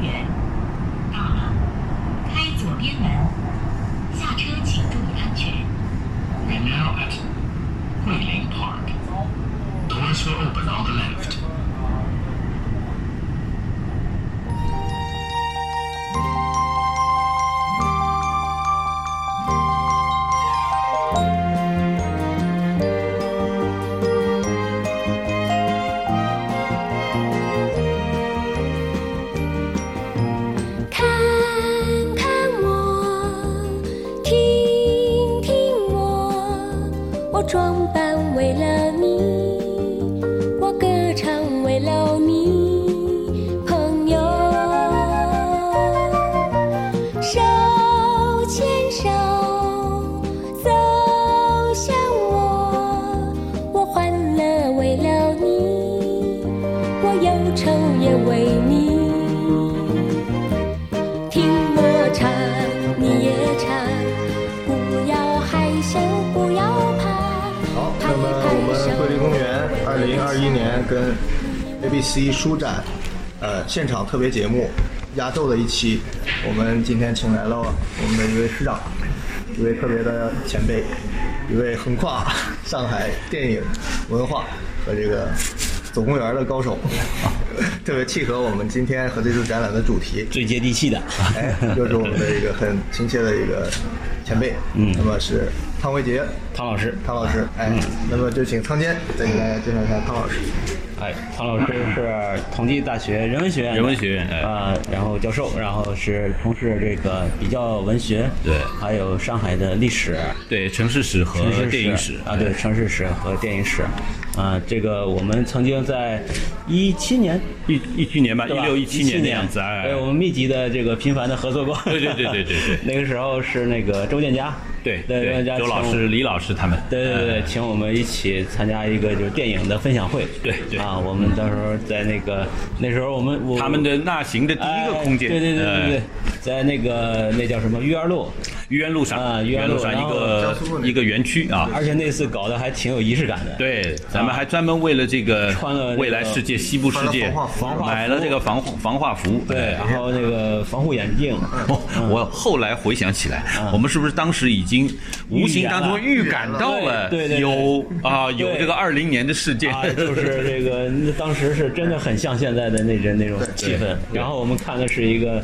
元。到了，开左边门，下车请注意安全。 We're now at Guilin Park. Doors will open on the left. 看看我，听听我，我装扮为了你，我歌唱为了你，朋友。手牵手走向我，我欢乐为了你，我忧愁也为你。听我唱，你也唱，不要害羞，不要怕。好，那么我们桂林公园二零二一年跟 ABC 书展，呃，现场特别节目压轴的一期，我们今天请来了我们的一位师长，一位特别的前辈，一位横跨上海电影文化和这个总公园的高手，特别契合我们今天和这次展览的主题。最接地气的。哎，嗯又是我们的一个很亲切的一个前辈，嗯，那么是汤维杰 汤老师，汤老师，哎，那么就请汤坚再给大家介绍一下汤老师。哎，汤老师是同济大学人文学院的人文学院哎啊、然后教授，然后是从事这个比较文学，对还有上海的历史、对，城市史和城市电影史哎啊，对，城市史和电影史，啊，这个我们曾经在一七年。一一七年吧，啊一对吧六一七年的年样子，哎，对，我们密集的这个频繁的合作过。对对对对对对 那个时候是那个周建佳，对对，周建佳周老请我师、李老师他们，哎对对对，请我们一起参加一个就是电影的分享会。对对啊，我们到时候在那个那时候我们我他们的纳行的第一个空间，哎对对对对对呃，在那个那叫什么育儿路，愚园路上啊愚愚园园路路上然一后江个苏那边一个园区啊，而且那次搞得还挺有仪式感的。对，咱们还专门为了这个穿了这个未来世界、西部世界穿了防化服防化服买了这个防防化服，对，哎然后那个防护眼 镜，啊我我后来回想起来，嗯我们是不是当时已经无形当中预感到了对对对有啊有对这个二零年的事件啊，，就是这个，那当时是真的很像现在的那人那种气氛。然后我们看的是一个，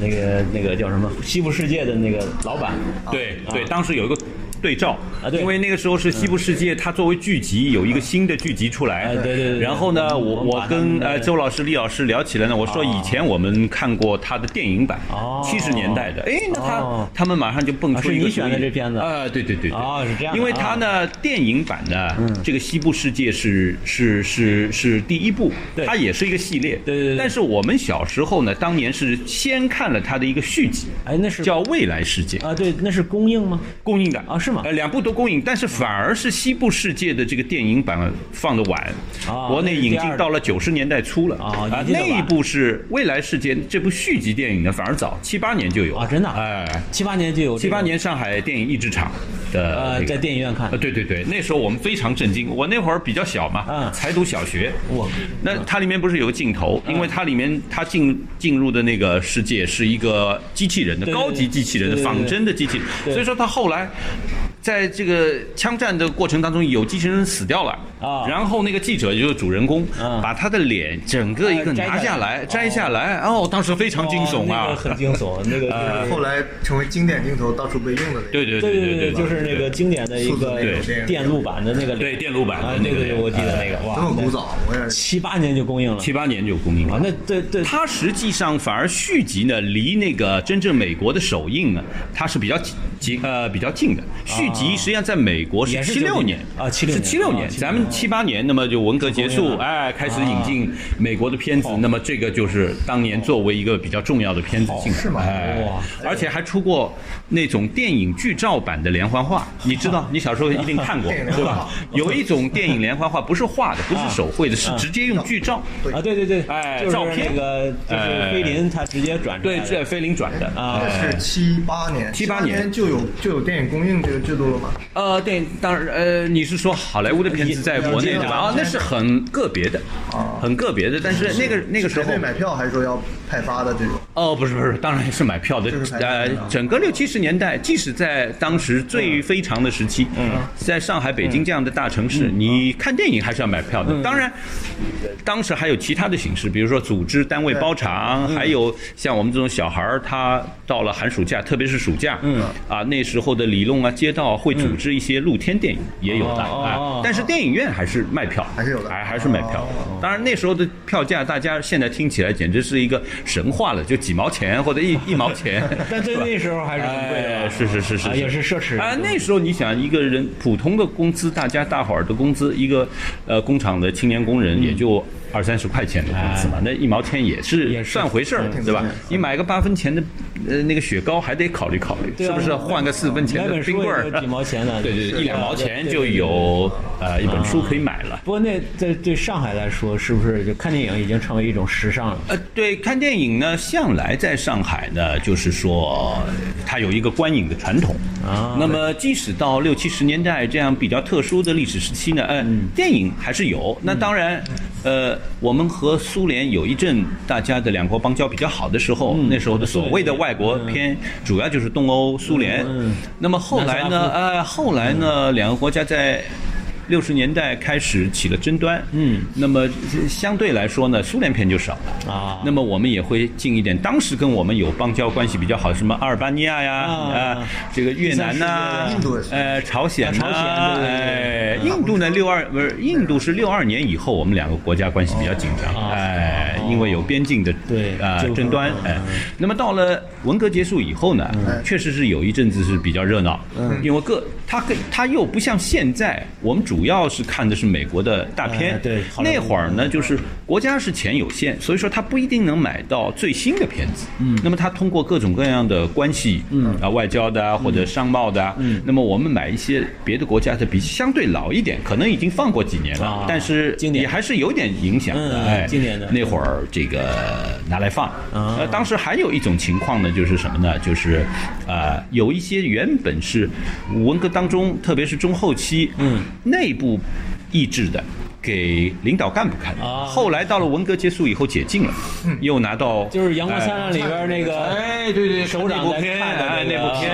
那个那个叫什么西部世界的那个老板，对啊对，当时有一个对照啊对嗯因为那个时候是西部世界，它作为剧集有一个新的剧集出来，哎对对对然后呢，嗯我我我把他们跟的呃周老师、李老师聊起来呢，我说以前我们看过他的电影版哦，七十年代的，哎，那哦他他们马上就蹦啊出是一个你选主意的这片子啊，对对对对，哦是这样的嗯因为他呢电影版呢，这个西部世界是是是是第一部对，它也是一个系列，对对对对但是我们小时候呢，当年是先看了他的一个续集，哎那是叫《未来世界》。啊，对，那是公映吗？供应的啊是吗呃，两部都供应，但是反而是西部世界的这个电影版放的晚，啊国内引进到了九十年代初了啊引进得那晚一部是未来世界这部续集电影呢，反而早，七八年就有啊真的哎，七八年就有七这个八年上海电影译制厂的呃，这个、在电影院看呃，，对对对，那时候我们非常震惊。我那会儿比较小嘛，嗯才读小学。哇嗯那它里面不是有个镜头？因为它里面它进进入的那个世界是一个机器人的对对对高级机器人的对对对仿真的机器人，对所以说它后来。在这个枪战的过程当中，有机器人死掉了啊然后那个记者也就是主人公，嗯把他的脸整个一个啊摘拿下下来来，摘下来，哦，当时非常惊哦悚那啊个，很惊悚，那个就是后来成为经典镜头，到处被用的那个。对对对对对，就是那个经典的一个对电路版的那个对电路版的啊，那那个个我记得那个哇，这么古早，我也是。七八年就供应了七八年就供应了啊，。那对对，它实际上反而续集呢，离那个真正美国的首映呢，它是比较近呃比较近的。续集实际上在美国也是是七六90年啊76是年七六啊年， 76咱们七八年，那么就文革结成功束，了哎，开始引进美国的片子，那么这个就是当年作为一个比较重要的片子进来，是吗哎哇，而且还出过那种电影剧照版的连环画，你知道，你小时候一定看过对吧？有一种电影连环画不是画的，不是手绘的，是直接用剧照。啊，对对对，哎就是照片那个就是哎菲林，他直接转出来对，的这菲林转的啊那是七八年，七八年年就就有就有电影公映这个制度了嘛。呃，电影当然，呃，你是说好莱坞的片子在国内对吧？啊，那是很个别的，很个别的。但是那个那个时候排队买票哦还是说要派发的这种？哦，不是不是，当然是买票的就是排。队呃买票，整个六七十年代，即使在当时最非常的时期，嗯，在上海、北京这样的大城市，你看电影还是要买票的。当然，当时还有其他的形式，比如说组织单位包场，还有像我们这种小孩儿，他到了寒暑假，特别是暑假，嗯，啊，那时候的里弄啊、街道会组织一些露天电影，也有的哦哦啊。但是电影院还是卖票，还是有的哎，还是买票。哦当然那时候的票价，大家现在听起来简直是一个神话了，就几毛钱或者 一一毛钱。但在那时候还是很贵的 哎，吧，是是是是啊，也是奢侈啊。那时候你想，一个人普通的工资，大家大伙儿的工资，一个呃工厂的青年工嗯人也就二三十块钱的工资嘛，那一毛钱也哎也是是算回事儿嗯，对吧挺多的？你买个八分钱的呃那个雪糕，还得考虑考虑，对是啊不是换个四分钱那的本冰书棍也儿就几？毛钱呢，对对，是啊对一两毛对钱对就对对有呃一本书可以买了。不过那在对上海来说，是不是就看电影已经成为一种时尚了？呃，对，看电影呢，向来在上海呢，就是说它有一个观影的传统啊那么即使到六七十年代这样比较特殊的历史时期呢，呃，嗯电影还是有。那当然，呃，我们和苏联有一阵大家的两国邦交比较好的时候，嗯那时候的所谓的外国片，主要就是东欧、苏联。嗯那么后来呢，呃，后来呢，两个国家在。六十年代开始起了争端，嗯，那么呃相对来说呢，苏联片就少了，啊那么我们也会近一点。当时跟我们有邦交关系比较好，什么阿尔巴尼亚呀，啊啊，这个越南呐第三世界印度也，是呃，朝鲜呐，啊朝鲜对对哎，印度呢，六二不是印度是六二年以后，我们两个国家关系比较紧哦张，哎哦，因为有边境的对啊纠纷争端嗯，哎，那么到了文革结束以后呢，确实是有一阵子是比较热闹，嗯因为各它跟它又不像现在，我们主要是看的是美国的大哎片，对好莱坞嗯那会儿呢，就是国家是钱有限，所以说他不一定能买到最新的片子。嗯，那么他通过各种各样的关系，嗯啊，外交的啊，或者商贸的啊，嗯，那么我们买一些别的国家的比相对老一点，可能已经放过几年了，啊但是经典也还是有点影响的。嗯哎，经典的那会儿这个拿来放。啊呃，当时还有一种情况呢，就是什么呢？就是呃，有一些原本是文革当中，特别是中后期，嗯，内部抑制的。给领导干部看的，啊嗯后来到了文革结束以后解禁了，又拿到呃就是《阳光灿烂》里边那个，哎，对对，首那长部在片，看的哎，那那个啊部片，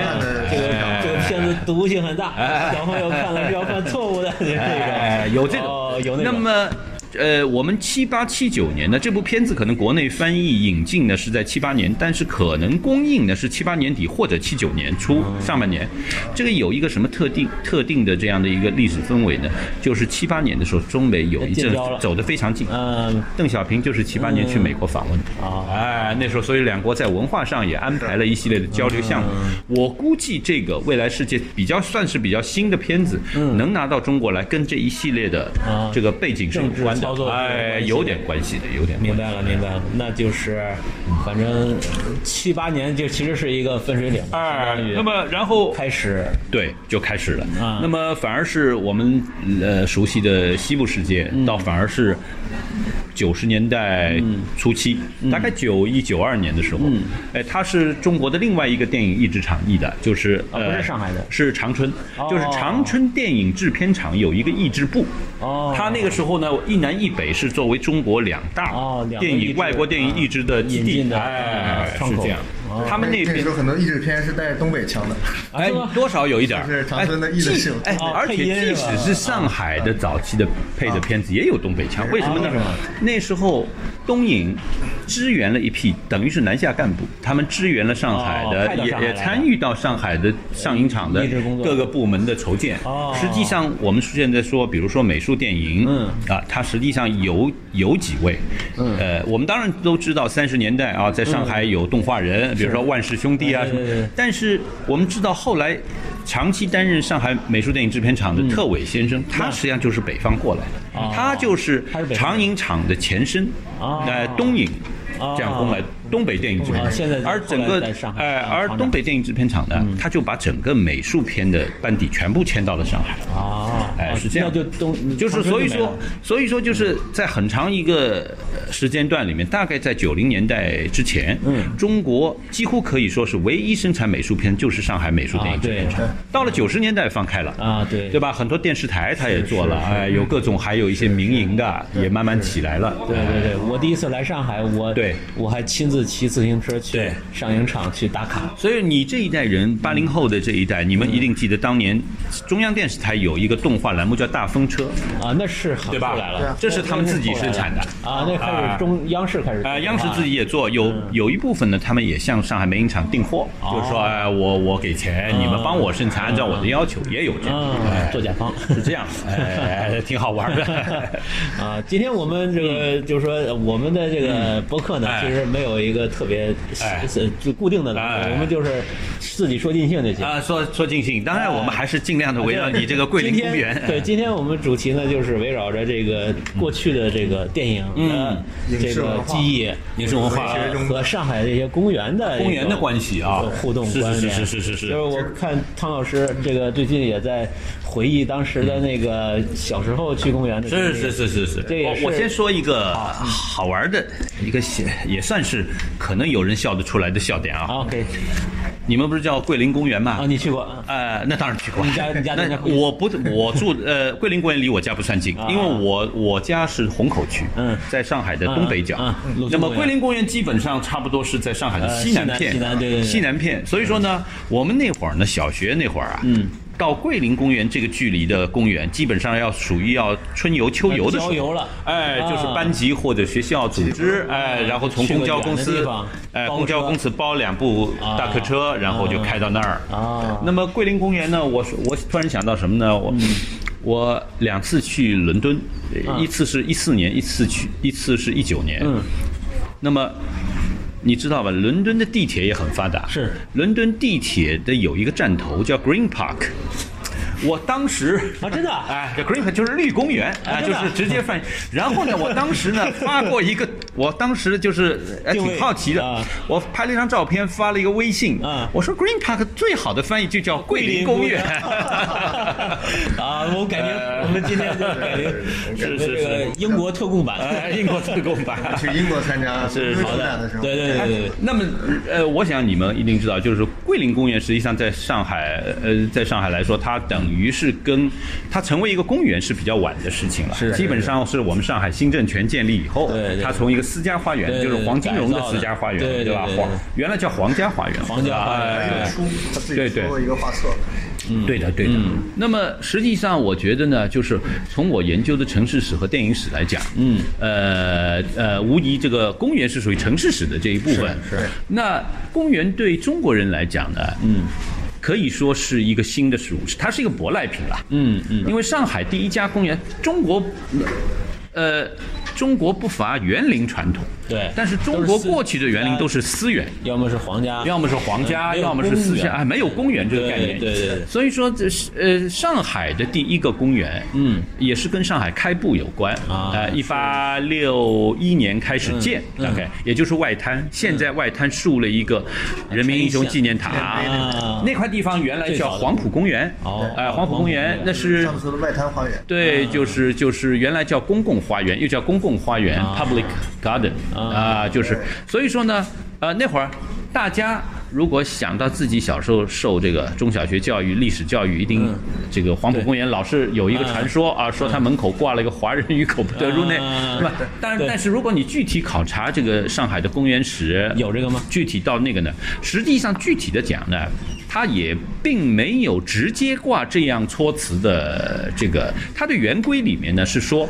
这个哎这个片子毒性很大，小朋友看了是要犯错误的，就是这哎，个有这哦种，有那那种么。呃，我们七八七九年呢，这部片子可能国内翻译引进呢是在七八年，但是可能公映呢是七八年底或者七九年初哦上半年。这个有一个什么特定特定的这样的一个历史氛围呢？就是七八年的时候，中美有一近阵标了走得非常近，嗯邓小平就是七八年去美国访问的嗯啊哎，那时候所以两国在文化上也安排了一系列的交流项目。嗯我估计这个未来世界比较算是比较新的片子，能拿到中国来，跟这一系列的嗯啊这个背景是有政关治操的，作哎，是有有点关系的，有点关系明白了，明白了，那就是，反正七八年就其实是一个分水岭，哎相当于，那么然后开始对，就开始了。啊那么反而是我们呃熟悉的西部世界，嗯到反而是九十年代初期，嗯大概九一九二年的时候，哎，它是中国的另外一个电影译制厂译的，就是啊呃不是上海的是长春，哦就是长春电影制片厂有一个译制部。哦它那个时候呢，一南一北是作为中国两大哦两个电译影制外国电影啊译制的基引进地，的哎，窗是口哦这样。他们那那个边时候很多译制片是带东北腔的， 哎，多少有一点儿，就是长春的艺人秀哎，啊哦而配且音即是吧使是上海的早期的配啊的片子，也有东北腔，为什么呢为什么？那时候东影支援了一批，等于是南下干部，他们支援了上海哦的派，到也上海也来参与到上海的上影厂的励志工作各个部门的筹建哦。实际上，我们现在说，比如说美术电影，嗯啊，它实际上有有几位，呃，我们当然都知道三十年代啊，在上海有动画人，比如说万氏兄弟啊哎对什么对对，但是我们知道，后来长期担任上海美术电影制片嗯厂的特伟先生，他实际上就是北方过来哦的，他就是他是北方长影厂的前身，哦呃，东影哦这样过来，东北电影制片哦厂。现在而整后个来在上海啊哎，厂而厂长嗯东北电影制片厂呢，他就把整个美术片的班底全部迁到了上海。啊，哎，哦是这样，那就都就是所以说长春就没了，所以说就是在很长一个呃时间段里面，大概在九零年代之前，嗯中国几乎可以说是唯一生产美术片就是上海美术电啊影制对片厂。到了九十年代放开了啊对对吧？很多电视台它也做了，哎，有各种，还有一些民营的也慢慢起来了。对对对，我第一次来上海，我对我还亲自骑自行车去对上影厂去打卡。所以你这一代嗯人，八零后的这一代，你们一定记得当年中央电视台有一个动画栏目叫《大风车》，啊，那是很对后吧来对了啊，这是他们自己生产的啊，那开始啊中啊央视开始呃，央视自己也做，有嗯有一部分呢，他们也向上海美影厂订货，就是哦说，哎，我我给钱，你们帮嗯我生产，按照我的要求，也有这样，啊哎做甲方。 是这样，哎，挺好玩 的。嗯啊，今天我们这个就是说我们的这个博客呢，哎其实没有一个特别哎是就固定的，哎我们就是自己说尽兴就行。啊，说说尽兴，当然我们还是尽量的围绕你这个桂林嗯啊今公天园，对，今天我们主题呢，就是围绕着这个过去的这个电影的嗯这个记忆、影视文化和上海这些公园的公园的关系啊这个互动关联，是是是是是是就是我看汤老师这个最近也在回忆当时的那个小时候去公园的经是历，是是是是这，也是啊嗯我我先说一个好玩的一个小，也算是可能有人笑得出来的笑点啊。啊，可以你们不是叫桂林公园吗？啊，你去过啊？呃，那当然去过。你家你家那你家我不，我住呃桂林公园离我家不算近啊，因为我我家是虹口区，嗯在上海的东北角嗯嗯嗯。那么桂林公园基本上差不多是在上海的呃西南西南片，西南对对对西南片。所以说呢，我们那会儿呢，小学那会儿啊，嗯。到桂林公园这个距离的公园，基本上要属于要春游、秋游的时候，郊游了哎，啊就是班级或者学校组织，哎，然后从去个公交公远的地司方，哎，包个公交车公司包两部大客车，然后就开到那儿啊嗯那么桂林公园呢，我我突然想到什么呢？我、我两次去伦敦，呃一次是一四年，一次去一次是一九年。啊嗯，那么。你知道吧？伦敦的地铁也很发达。是，伦敦地铁的有一个站头叫 Green Park。我当时啊真的啊哎，这 Green Park 就是绿公园，啊，真就的啊是直接翻译。然后呢，我当 时呢发过一个，我当时就是哎定位挺好奇啊的，我拍了一张照片，发了一个微信啊，我说 Green Park 最好的翻译就叫桂林公园。 呃啊，我改名，我们今天就改名，是是这个英国特供版， 哎，英国特供 版。去英国参加是论好坛的时候，对对对对对。那么，呃，我想你们一定知道，就是桂林公园实际上在上海，呃，在上海来说，它等于是跟它成为一个公园是比较晚的事情了。是基本上是我们上海新政权建立以后，对对它从一个私家花园，对就是黄金荣的私家花园，改造的对吧对？对黄对原来叫皇家花园，皇家花园哎对出他自己对出对过一个画册，对的，对的。嗯那么实际上，我觉得呢，就是从我研究的城市史和电影史来讲，嗯，呃呃，无疑这个公园是属于城市史的这一部分。是是那公园对中国人来讲呢，嗯。可以说是一个新的事物，它是一个舶来品了。嗯嗯，因为上海第一家公园，中国，呃，中国不乏园林传统。对但是中都国是私过去的园林都是私园，要么是皇家，要么是皇家，嗯要么是私家，哎，没有公园这个概念。对对对对所以说，这是呃，上海的第一个公园，嗯，也是跟上海开埠有关啊呃，一八六一年开始建，嗯大概也就是外滩。现在外滩竖了一个人民英雄纪念啊塔，那块地方原来最叫早的黄浦公园，哦哎，黄浦公园那是上次的外滩花园，对，就是就是原来叫公共花园，又叫公共花园啊 （public garden） 啊，就是所以说呢，呃，那会儿大家如果想到自己小时候受这个中小学教育、历史教育，一定嗯这个黄浦公园老是有一个啊传说啊，说它门口挂了一个华人与口不得入内啊，是吧？但是对但是如果你具体考察这个上海的公园史，有这个吗具体到那个呢，实际上具体的讲呢，它也并没有直接挂这样措辞的这个，它的原规里面呢是说，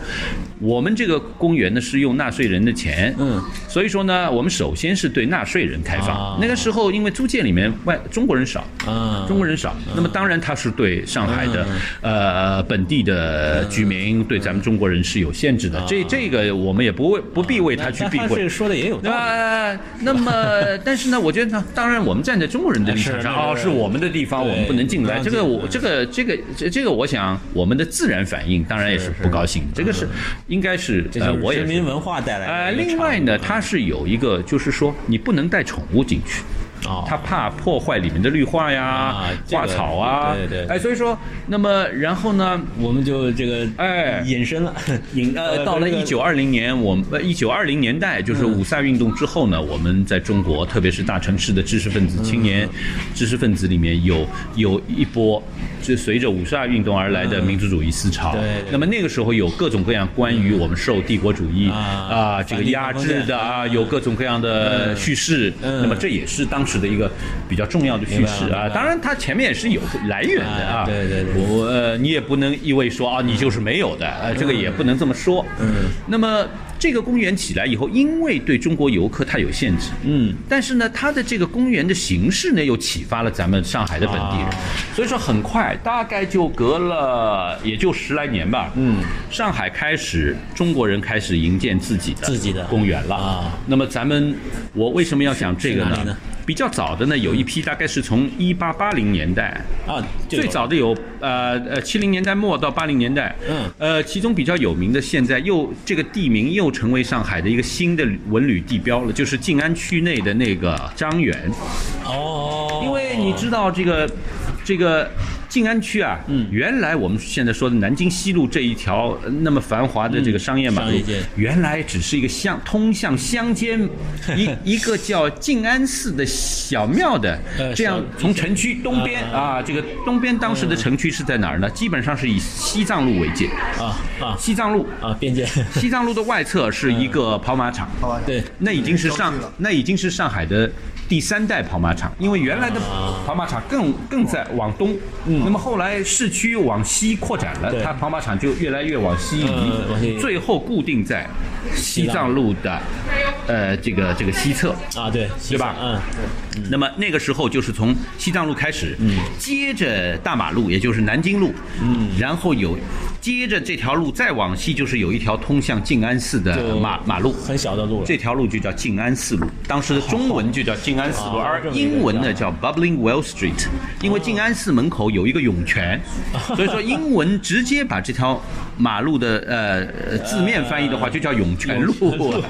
我们这个公园呢是用纳税人的钱，嗯，所以说呢，我们首先是对纳税人开放。啊那个时候因为租界里面外中国人少，啊，中国人少，那么当然他是对上海的嗯呃本地的居民，对咱们中国人是有限制嗯的。这这个我们也不为不必为他去避那他这讳个。说的也有道那理。么，那么，但是呢，我觉得呢，当然，我们站在中国人的立场啊是上，那哦，个是我们的地方，对我们不能进来。不能这进个，我嗯这个，这个，这这个，我想，我们的自然反应当然也是不高兴。嗯这个是应该是这呃，就是我也殖是呃民文化带来的。呃，另外呢，，它是有一个，就是说你不能带宠物进去。哦他怕破坏里面的绿化呀啊、这个花草啊，对对对哎，所以说，那么然后呢，我们就这个哎隐 身了，隐呃，到了一九二零年，我们呃一九二零年代，就是嗯五卅运动之后呢，我们在中国，特别是大城市的知识分子、青嗯年知识分子里面有，有一波，就随着五卅运动而来的民族主义思潮。嗯对对那么那个时候有各种各样关于我们受帝国主义啊啊这个反帝国压风制气的啊，有各种各样的叙事。嗯那么这也是当时的一个比较重要的叙明白了事明白啊。了当然，它前面也是有来源的啊。哎对对对我呃，你也不能意味说啊，你就是没有的，呃，这个也不能这么说。嗯，那么这个公园起来以后，因为对中国游客它有限制，嗯，但是呢，它的这个公园的形式呢，又启发了咱们上海的本地人，啊所以说很快，大概就隔了也就十来年吧，嗯，上海开始中国人开始营建自己的自己的公园了啊。那么咱们，我为什么要讲这个是哪里呢比较早的呢，有一批大概是从一八八零年代啊，这最种早的有呃呃七零年代末到八零年代，嗯呃，其中比较有名的，现在又这个地名又成为上海的一个新的文旅地标了，就是静安区内的那个张园，哦，因为你知道这个这个。静安区啊，嗯原来我们现在说的南京西路这一条呃那么繁华的这个商业马商路业街，原来只是一个乡通向乡间 一一个叫静安寺的小庙的呃，这样小从城区东边啊嗯啊，这个东边当时的城区是在哪儿呢？基本上是以西藏路为界，啊啊西藏路，啊，嗯边界西藏路的外侧是一个跑马场，好吧？ 对，那已经是上嗯郊区了那已经是上海的第三代跑马场，因为原来的啊嗯跑马场更更在往东，那么后来市区往西扩展了对，它跑马场就越来越往西嗯往西移移，最后固定在西西藏藏路的呃这个这个西侧。啊对，西对吧藏嗯，那么那个时候就是从西藏路开始，嗯，接着大马路，也就是南京路，嗯，然后有接着这条路再往西，就是有一条通向静安寺的就马马路，很小的路了这条路就叫静安寺路，当时的中文就叫静安寺路，哦而这么一个英文呢叫叫 Bubbling Well Street，因为静安寺门口有一个涌泉，哦所以说英文直接把这条马路的呃呃字面翻译的话就叫涌泉路涌 泉路，啊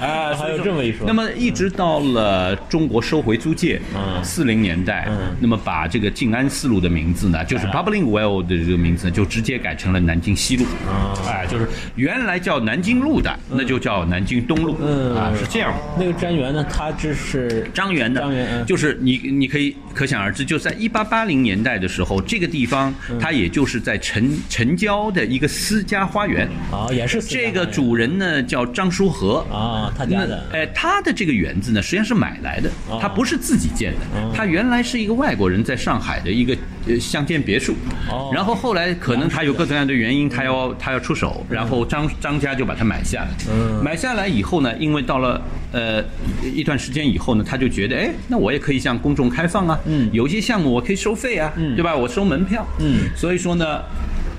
哎还有这么一说那么一直到了中国收回租界，嗯四零年代，嗯哎那么把这个静安四路的名字呢，就是改 Bubbling Well 的这个名字呢，就直接改成了南京西路，哦哎，就是原来叫南京路的，那就叫南京东路，嗯啊，是这样。那个詹园呢，它只是张园呢张园，嗯就是你，你可以可想而知，就在一八八零年代的时候，这个地方嗯它也就是在城城郊的一个私家花园，哦也是四这川个张园主人呢叫张书和啊他家的那哎，他的这个园子呢，实际上是买来的哦，他不是自己建的哦，他原来是一个外国人在上海的一个呃乡间别墅哦，然后后来可能他有各种各样的原因，他要他要出手，然后张张家就把他买下来嗯，买下来以后呢，因为到了呃一一段时间以后呢，他就觉得哎，那我也可以向公众开放啊，嗯有一些项目我可以收费啊，嗯对吧？我收门票，嗯所以说呢，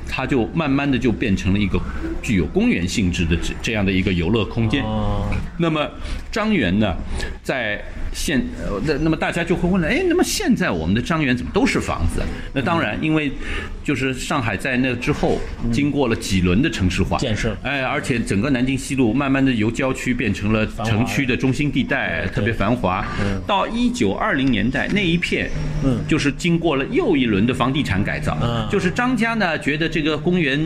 它就慢慢的就变成了一个具有公园性质的这这样的一个游乐空间。哦那么张园呢，在现呃，那那么大家就会问了，哎，那么现在我们的张园怎么都是房子？那当然，因为就是上海在那之后，经过了几轮的城市化建设哎，而且整个南京西路慢慢的由郊区变成了繁华城区的中心地带，特别繁华。到一九二零年代那一片，嗯就是经过了又一轮的房地产改造，嗯就是张家呢觉得这个公园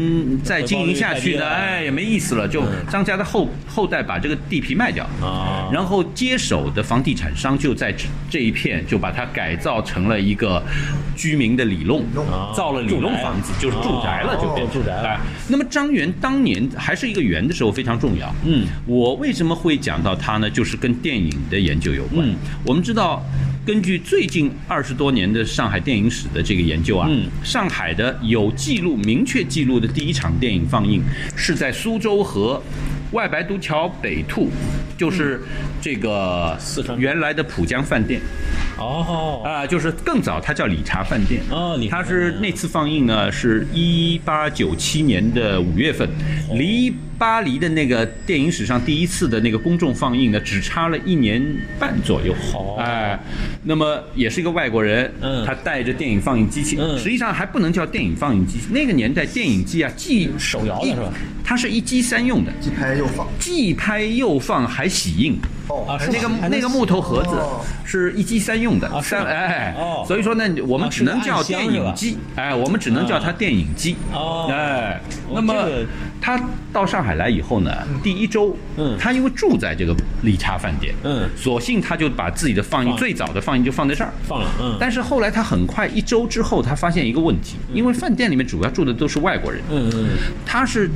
再经营下去回报率太低呢，了哎。也没意思嗯了，就张家的后后代把这个地皮卖掉，啊然后接手的房地产商就在这这一片就把它改造成了一个居民的里弄啊，造了里弄房子，住就宅是住宅了，哦就变成住宅了哎那么张园当年还是一个园的时候非常重要。嗯，我为什么会讲到它呢？就是跟电影的研究有关。嗯我们知道，根据最近二十多年的上海电影史的这个研究啊，嗯上海的有记录、明确记录的第一场电影放映是在苏州河外白渡桥北兔，就是这个嗯四川原来的浦江饭店。哦啊、就是更早，它叫理查饭店。哦理查它饭店是那次放映呢，是一八九七年的五月份，离巴黎的那个电影史上第一次的那个公众放映呢，只差了一年半左右。哦哎，那么也是一个外国人，嗯他带着电影放映机器，嗯实际上还不能叫电影放映机器，那个年代电影机啊，既手摇的是吧？它是一机三用的，既拍又放。既拍又放还洗印。哦，啊，是那个吗还能那个木头盒子哦是一机三用的，啊是三吗哎，哦所以说呢，我们啊只能叫是电个暗箱影机，哎，我们只能叫它电影机，哦哎，哦那么这个他到上海来以后呢，第一周，嗯他因为住在这个利茶饭店，嗯索性他就把自己的放映放最早的放映就放在这儿，放了，嗯，但是后来他很快一周之后，他发现一个问题，因为饭店里面主要住的都是外国人，嗯嗯他是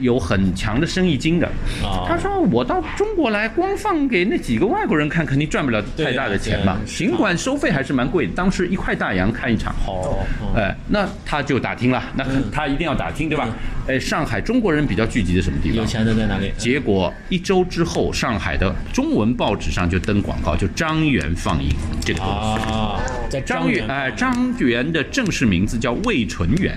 有很强的生意经的。哦他说：“我到中国来，光放给那几个外国人看，肯定赚不了太大的钱嘛对啊。对啊尽管收费还是蛮贵的，当时一块大洋看一场。哦哦哎，那他就打听了，那嗯他一定要打听，对吧？哎，上海中国人比较聚集的什么地有方？钱的在哪里？结果一周之后，上海的中文报纸上就登广告，就张园放映这个东西。啊，在张园园哎，张园的正式名字叫味纯园。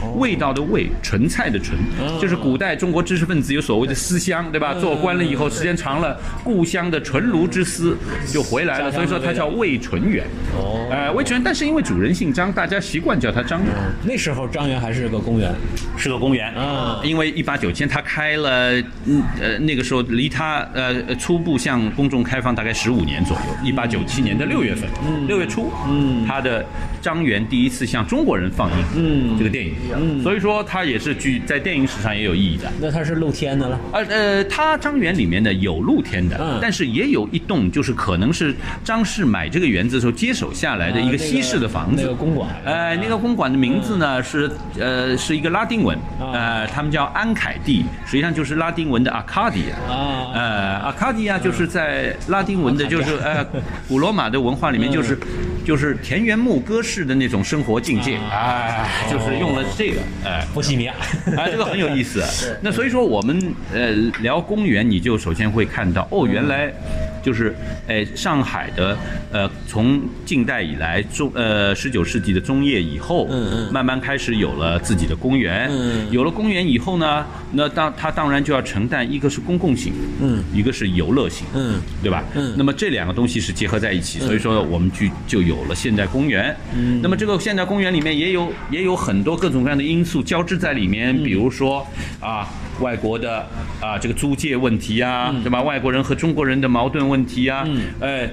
哦味道的味，纯菜的纯，嗯就是古代中国知识分子有所谓的思乡，对吧？做官了以后，时间长了，故乡的纯炉之思就回来了，家乡所以说的它味道叫味纯园。哦哎，味纯园，但是因为主人姓张，大家习惯叫它张园。那时候张园还是个公园，是个公园啊因为一八九千他开了，嗯呃那个时候离他呃呃初步向公众开放大概十五年左右，一八九七年的六月份，六、月初，嗯，他的张园第一次向中国人放映，嗯，这个电影，嗯，所以说他也是具在电影史上也有意义的。那它是露天的了。呃呃，它张园里面呢有露天的，嗯但是也有一栋，就是可能是张氏买这个园子的时候接手下来的啊一那个西式的房子，那个公馆嗯呃，那个公馆的名字呢是呃是一个拉丁文，啊呃，他们叫安凯蒂，实际上就是拉丁文的阿卡迪亚。啊嗯呃，阿卡迪亚就是在拉丁文的，就是呃古罗马的文化里 面就是就是田园牧歌式的那种生活境界，啊哎，就是用了这个，哎。波西米亚， 啊，这个很有意思。那所以说我们呃聊公园，你就首先会看到哦，原来就是哎上海的呃从近代以来中呃十九世纪的中叶以后，嗯嗯慢慢开始有了自己的公园。嗯嗯有了公园以后呢，那当它当然就要承担一个是公共性，嗯一个是游乐性，嗯对吧？嗯那么这两个东西是结合在一起，所以说我们就就有了现代公园。嗯，那么这个现代公园里面也有也有很多各种各样的因素交织在里面，嗯比如说啊。外国的啊，这个租界问题啊，对吧？外国人和中国人的矛盾问题啊，嗯哎，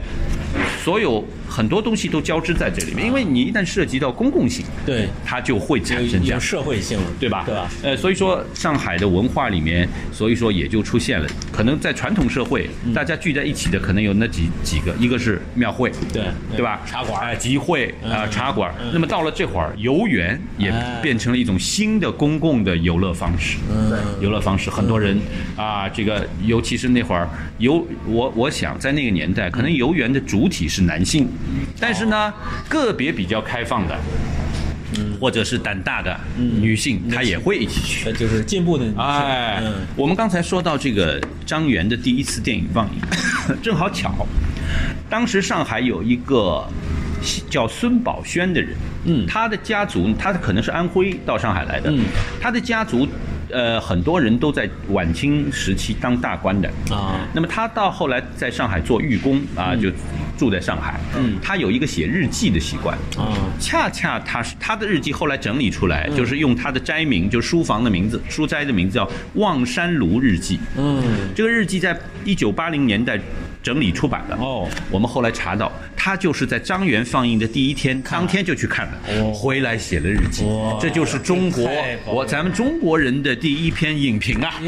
所有很多东西都交织在这里面，因为你一旦涉及到公共性，对它就会产生有这样有社会性了，对吧？对啊吧？呃，所以说上海的文化里面，所以说也就出现了，可能在传统社会，嗯大家聚在一起的可能有那几几个，一个是庙会，对对吧？茶馆哎，集会啊、嗯茶馆。那么到了这会儿，游园也哎变成了一种新的公共的游乐方式。嗯游乐方式，很多人啊，这个尤其是那会儿游，我我想在那个年代，可嗯能游园的主体是男性，但是哦呢，个别比较开放的。或者是胆大的嗯女性，她也会一起去。那呃就是进步的女性，哎，嗯我们刚才说到这个张园的第一次电影放映， 正好巧，当时上海有一个叫孙宝轩的人，嗯他的家族，他可能是安徽到上海来的，嗯他的家族，呃，很多人都在晚清时期当大官的，啊，那么他到后来在上海做寓工啊，就住在上海，嗯他有一个写日记的习惯，啊恰恰他是他的日记后来整理出嗯来，就是用他的斋名，就书房的名字，书斋的名字叫《望山庐日记》。嗯这个日记在一九八零年代整理出版的。哦，我们后来查到，他就是在张园放映的第一天，当天就去看哦了，回来写了日记哇。这就是中国这太棒了我咱们中国人的第一篇影评啊你。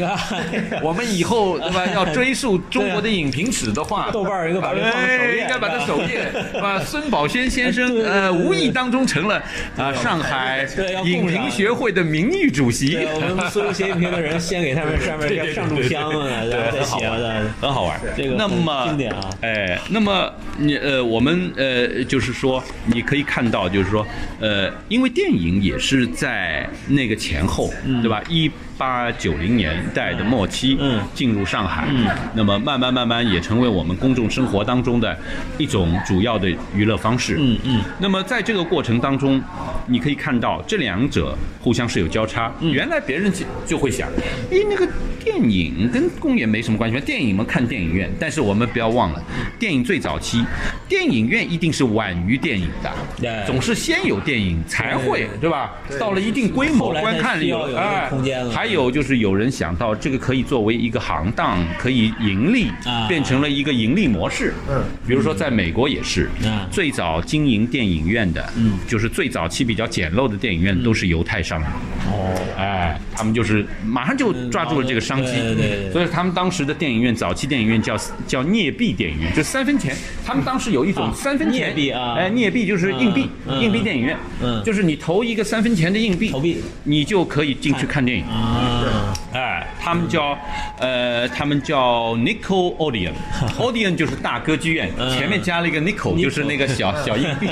看我们以后对吧？要追溯中国的影评史的话， 豆瓣儿应该把这放在首页哎应该把它是吧哎首 页，把孙宝轩先生对对对呃，对无意当中成了啊上海对要影共赏评学会的名誉主席。 对，我们所有写影评的人先给他们上面要上录像啊，然后再写的，很好玩儿。这个那很么经典啊哎，那么你呃，我们呃，就是说，你可以看到，就是说，呃，因为电影也是在那个前后，对吧？一八九零年代的末期嗯进入上海，那么慢慢慢慢也成为我们公众生活当中的一种主要的娱乐方式。嗯嗯那么在这个过程当中，你可以看到这两者互相是有交叉。嗯原来别人就就会想，诶，那个电影跟公园没什么关系吧？电影嘛，看电影院。但是我们不要忘了，电影最早期，电影院一定是晚于电影的对，总是先有电影才会，对吧？到了一定规后模，来才观看需要有有哎这个空间了还有就是有人想到这个可以作为一个行当，可以盈利啊，变成了一个盈利模式。嗯，比如说在美国也是啊，最早经营电影院的，嗯，就是最早期比较简陋的电影嗯院都是犹太商人。哦，哎，他们就是马上就抓住了这个商机，嗯对对对所以他们当时的电影院，早期电影院叫叫镍币电影院，就三分钱。他们当时有一种啊三分钱镍币啊哎，镍币就是硬币，嗯嗯硬币电影院，嗯就是你投一个三分钱的硬币，投币你就可以进去看电影。啊，哎，他们叫，呃，他们叫 Nickel Odeon，Odeon 就是大歌剧院，嗯前面加了一个 Nickel，就是那个小小硬币。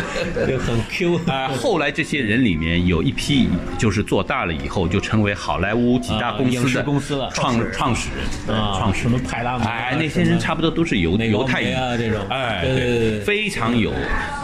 就很 Q 啊、后来这些人里面有一批，就是做大了以后，就成为好莱坞几大公啊影司视的公司了创创始人，啊，创始什么派拉蒙啊，哎，那些人差不多都是犹美国犹太梅裔啊这种哎，对对对对非常有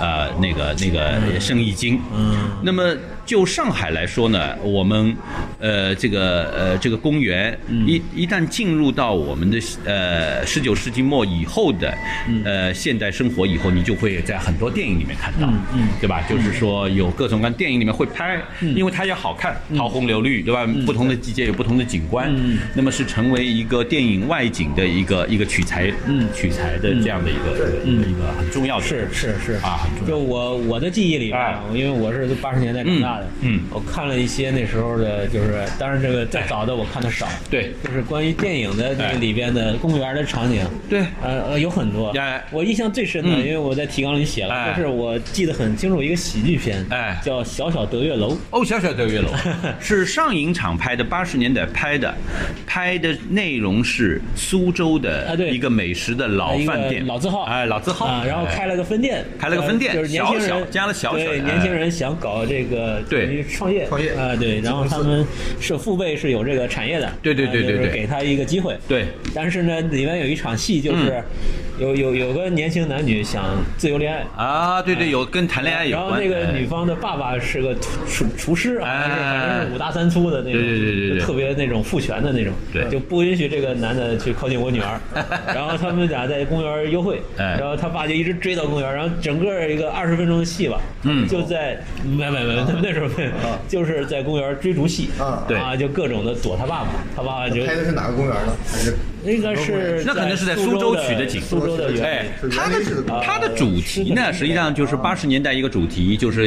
呃那个那个生意经。嗯那么就上海来说呢，我们呃这个呃这个公园嗯一一旦进入到我们的呃十九世纪末以后的嗯呃现代生活以后，你就会在很多电影里面看到，嗯，对吧？就是说有各种各样电影里面会拍，嗯因为它也好看，桃红柳绿，对吧？不同的季节有不同的景观，嗯那么是成为一个电影外景的一个一个取材，嗯，取材的这样的一个一个一个很重要的嗯是是是啊，很重要就我我的记忆里边哎，因为我是八十年代长大嗯的，嗯我看了一些那时候的，就是当然这个再早的我看的少，对就是关于电影的那哎个里边的公园的场景，对呃呃有很多哎。我印象最深的，嗯因为我在提纲里写了，哎就是我记得很清楚一个喜剧片，哎叫《小小德月楼》。哦，小小的 月楼是上影厂拍的，八十年代拍的，拍的内容是苏州啊的对一个美食的老呃一个饭店，老字号，哎，老字号啊，然后开了。了个分店，开了个分店呃就是年轻人小小加了小小对，哎年轻人想搞这个对等于创业，创业啊，对，然后他们是父辈是有这个产业的，对对对啊对就是对给他一个机会，对嗯但是呢，里面有一场戏就是有有有个年轻男女想自由恋爱。啊，对对，有跟谈恋爱有然后关。那个哎女方的爸爸是个厨厨师啊，哎还是反正是五大三粗的那种，对对对对对就特别那种父权的那种，对就不允许这个男的去靠近我 女儿。然后他们俩在公园幽会，哎然后他爸就一直追到公园，然后整个一个二十分钟的戏吧，嗯就在没没没，他们那时候没有，就是在公园追逐戏，啊对啊，就各种的躲他爸爸，他爸爸就拍的是哪个公园呢？还是应该是那可能是在苏苏州取的的景苏州的哎园是，它园林式的公的园它的主题呃呢，实际上就是八十年代一个主题，就是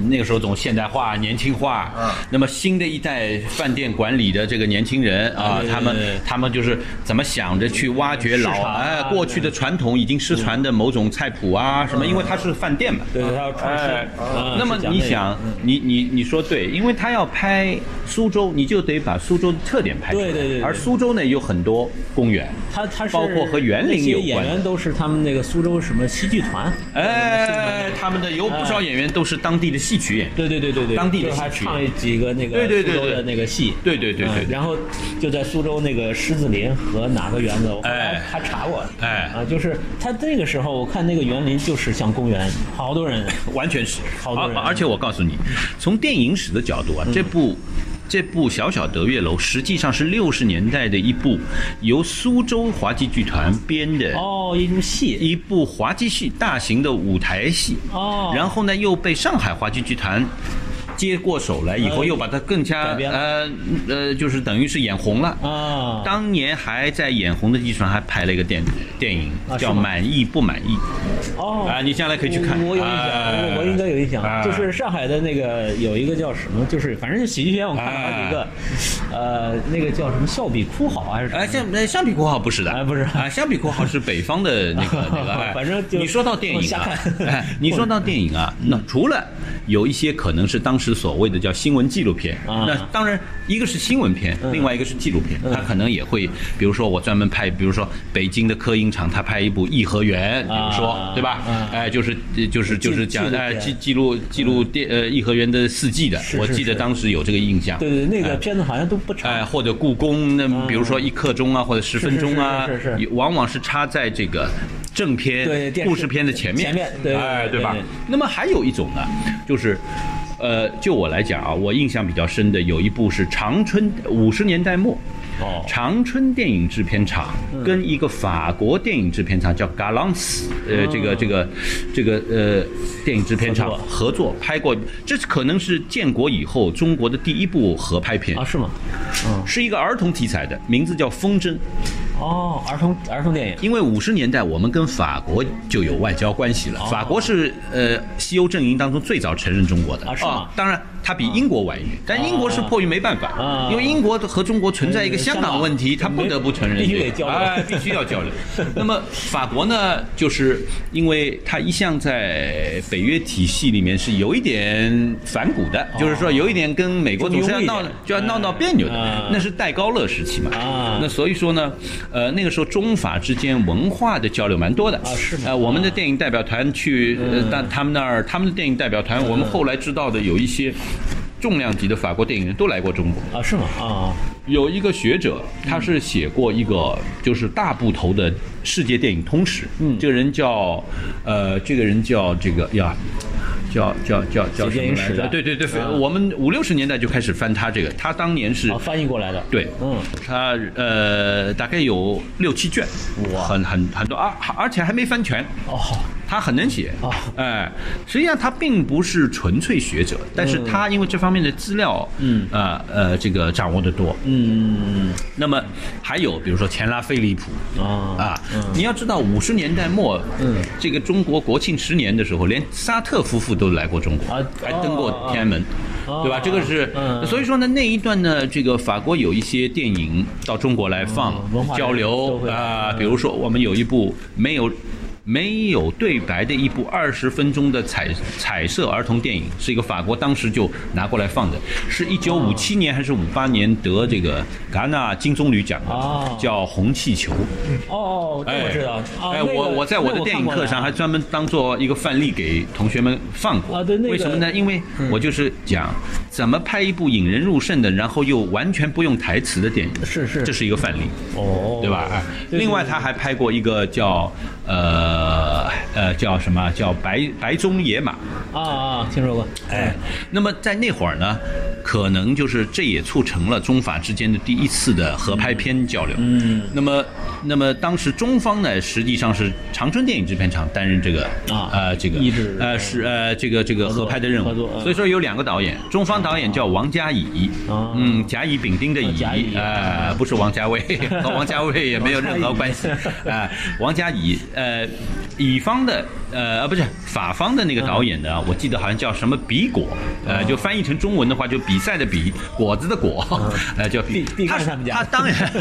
呃那个时候总现代化、年轻化。嗯那么新的一代饭店管理的这个年轻人啊对，对他们对对他们就是怎么想着去挖掘老哎市场啊嗯哎过去的传统已经失传的某种菜谱啊什么，因为它是饭店嘛。对，他要创新哎。啊那么是讲你那个想，你你你说对，因为他要拍苏州，你就得把苏州的特点拍出来。对对对对而苏州呢，有很多公园。他他是包括和园林有关那些演员都是他们那个苏州什么戏剧团，哎，他们的有不少演员都是当地的戏曲演员。对对对对对，当地的就是他戏曲唱几个那个对对对苏州的对那个戏，对对对对嗯然后就在苏州那个狮子林和哪个园子，我后来哎还查过，哎啊，就是他那个时候我看那个园林就是像公园，好 多人，完全是。啊好多人嗯而而且我告诉你，从电影史的角度啊，这部。这部《小小德月楼》实际上是六十年代的一部由苏州滑稽剧团编的哦，一出戏，一部滑稽戏，大型的舞台戏。哦然后呢，又被上海话剧剧团。接过手来以后，呃又把它更加改编了呃呃，就是等于是演红了啊当年还在演红的基础上，还拍了一个电电影啊，是叫《吗满意不满意》哦，啊，你将来可以去看。我我有印象，哎我我应该有印象，哎就是上海的那个有一个叫什么，就是反正就喜剧片，我看了好几个，啊呃，那个叫什么笑比哭好还是什么哎，？橡呃橡皮括号不是的，哎不是啊，橡皮括号是北方的那个 那个，哎反正就你说到电我影瞎啊看， 哎，你说到电影啊，那除了有一些可能是当时时所谓的叫新闻纪录片。啊嗯那当然，一个是新闻片，另外一个是纪录片，它可能也会，比如说我专门拍，比如说北京的科影厂，他拍一部《颐和园》，比如说啊对吧啊？哎，就是就是就是讲纪录片哎记记录记录电呃颐和园的四季的是，我是记得是当时有这个印象。对对，那个哎片子好像都不长。哎，或者故宫，那比如说一刻钟啊，或者十分钟啊，哦是是是是是往往是插在这个正片、对电视故事片的前面，前面对哎，对对吧对对？那么还有一种呢，就是。呃，就我来讲啊，我印象比较深的有一部是长春五十年代末，哦嗯长春电影制片厂跟一个法国电影制片厂叫 Galance，呃，这个这个这个呃电影制片厂哦合作合作拍过，这是可能是建国以后中国的第一部合拍片啊，是吗？嗯，是一个儿童题材的，名字叫《风筝》。哦，儿童儿童电影。因为五十年代我们跟法国就有外交关哦系了，法国是呃西欧阵营当中最早承认中国的啊是吗哦当然，它比英国晚一点，但英国是迫于没办啊法，因为英国和中国存在一个嗯香香港港问题，它不得不承认必须这个得交流哎必须要交 流。那么法国呢，就是因为它一向在北约体系里面是有一点反骨的，就是说有一点跟美国总是要中庸一闹点就要闹闹别扭的嗯，那是戴高乐时期嘛。啊那所以说呢，呃，那个时候中法之间文化的交流蛮多的啊是嗯吗呃，我们的电影代表团去，呃，但他们那儿，他们的电影代表嗯团，我们后来知道的有一些重量级的法国电影人都来过中国。啊，是吗？啊，有一个学者，嗯他是写过一个就是大部头的世界电影通史。嗯，这个人叫，呃，这个人叫这个呀。叫叫叫叫写什电影么来史的着？对对对，啊我们五六十年代就开始翻他这个，他当年是啊，翻译过来的。对，嗯，他呃大概有六七卷，哇很很很多，而、而且还没翻全。哦，他很能写哦哎，实际上他并不是纯粹学者，但是他因为这方面的资料，嗯呃呃，这个掌握的多。嗯那么还有比如说钱拉菲利普，啊啊，你要知道五十年代末，嗯这个中国国庆十年的时候，连沙特夫妇都来过中国啊还登过哦天安门，哦对吧？这个是嗯，所以说呢，那一段呢，这个法国有一些电影到中国来放嗯文化交都流会嗯啊，比如说我们有一部没有。没有对白的一部二十分钟的彩彩色儿童电影，是一个法国当时就拿过来放的，是一九五七年还是五八年得这个戛纳金棕榈奖哦的，叫《红气球》。哦，这哎，我知道。啊哎，那个我我在我那的电影看过课上呢还专门当做一个范例给同学们放过啊对那个为什么呢？因为我就是讲怎么拍一部引人入胜的，然后又完全不用台词的电影。是是这是一个范例，哦，对吧？哎对另外对他还拍过一个叫呃呃叫什么叫白白中野马。啊啊，听说过。哎，那么在那会儿呢，可能就是这也促成了中法之间的第一次的合拍片交流。嗯，那么，那么当时中方呢，实际上是长春电影制片厂担任这个啊呃这个抑制呃是呃这个这个作合拍的任合务作。嗯所以说有两个导演，中方导演叫王家乙啊，嗯，甲乙丙丁的啊甲乙乙，呃，不是王家 卫， 和王家卫也没有任何关系。啊，王家乙，呃，乙方的，呃，啊不是法方的那嗯个导演呢，我记得好像叫什么比果，呃，就翻译成中文的话，就比赛的比，果子的果，呃，叫比嗯必必。干是他们家他 当然，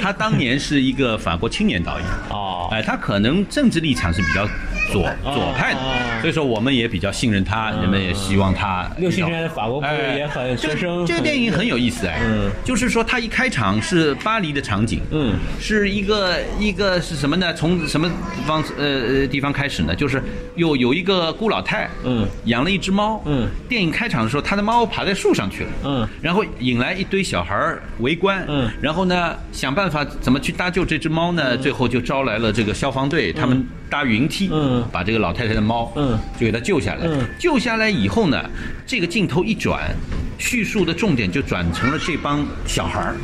他当年是一个法国青年导演。哦，哎，他可能政治立场是比较左哦左派的哦，所以说我们也比较信任他，人们也希望他比较。嗯六七十年代法国不是也很哎这学个生这个很电影很有意思哎嗯，就是说他一开场是巴黎的场景，嗯是一个一个是什么呢？从什么地方呃呃地方开始呢？就是有有一个姑老太，嗯养了一只猫，嗯电影开场的时候，她的猫爬在树上去了，嗯然后引来一堆小孩儿围观，嗯然后呢想办法怎么去搭救这只猫呢？最后就招来了这个消防队，他们搭云梯，嗯把这个老太太的猫，嗯就给她救下来，嗯救下来以后呢，这个镜头一转，叙述的重点就转成了这帮小孩儿，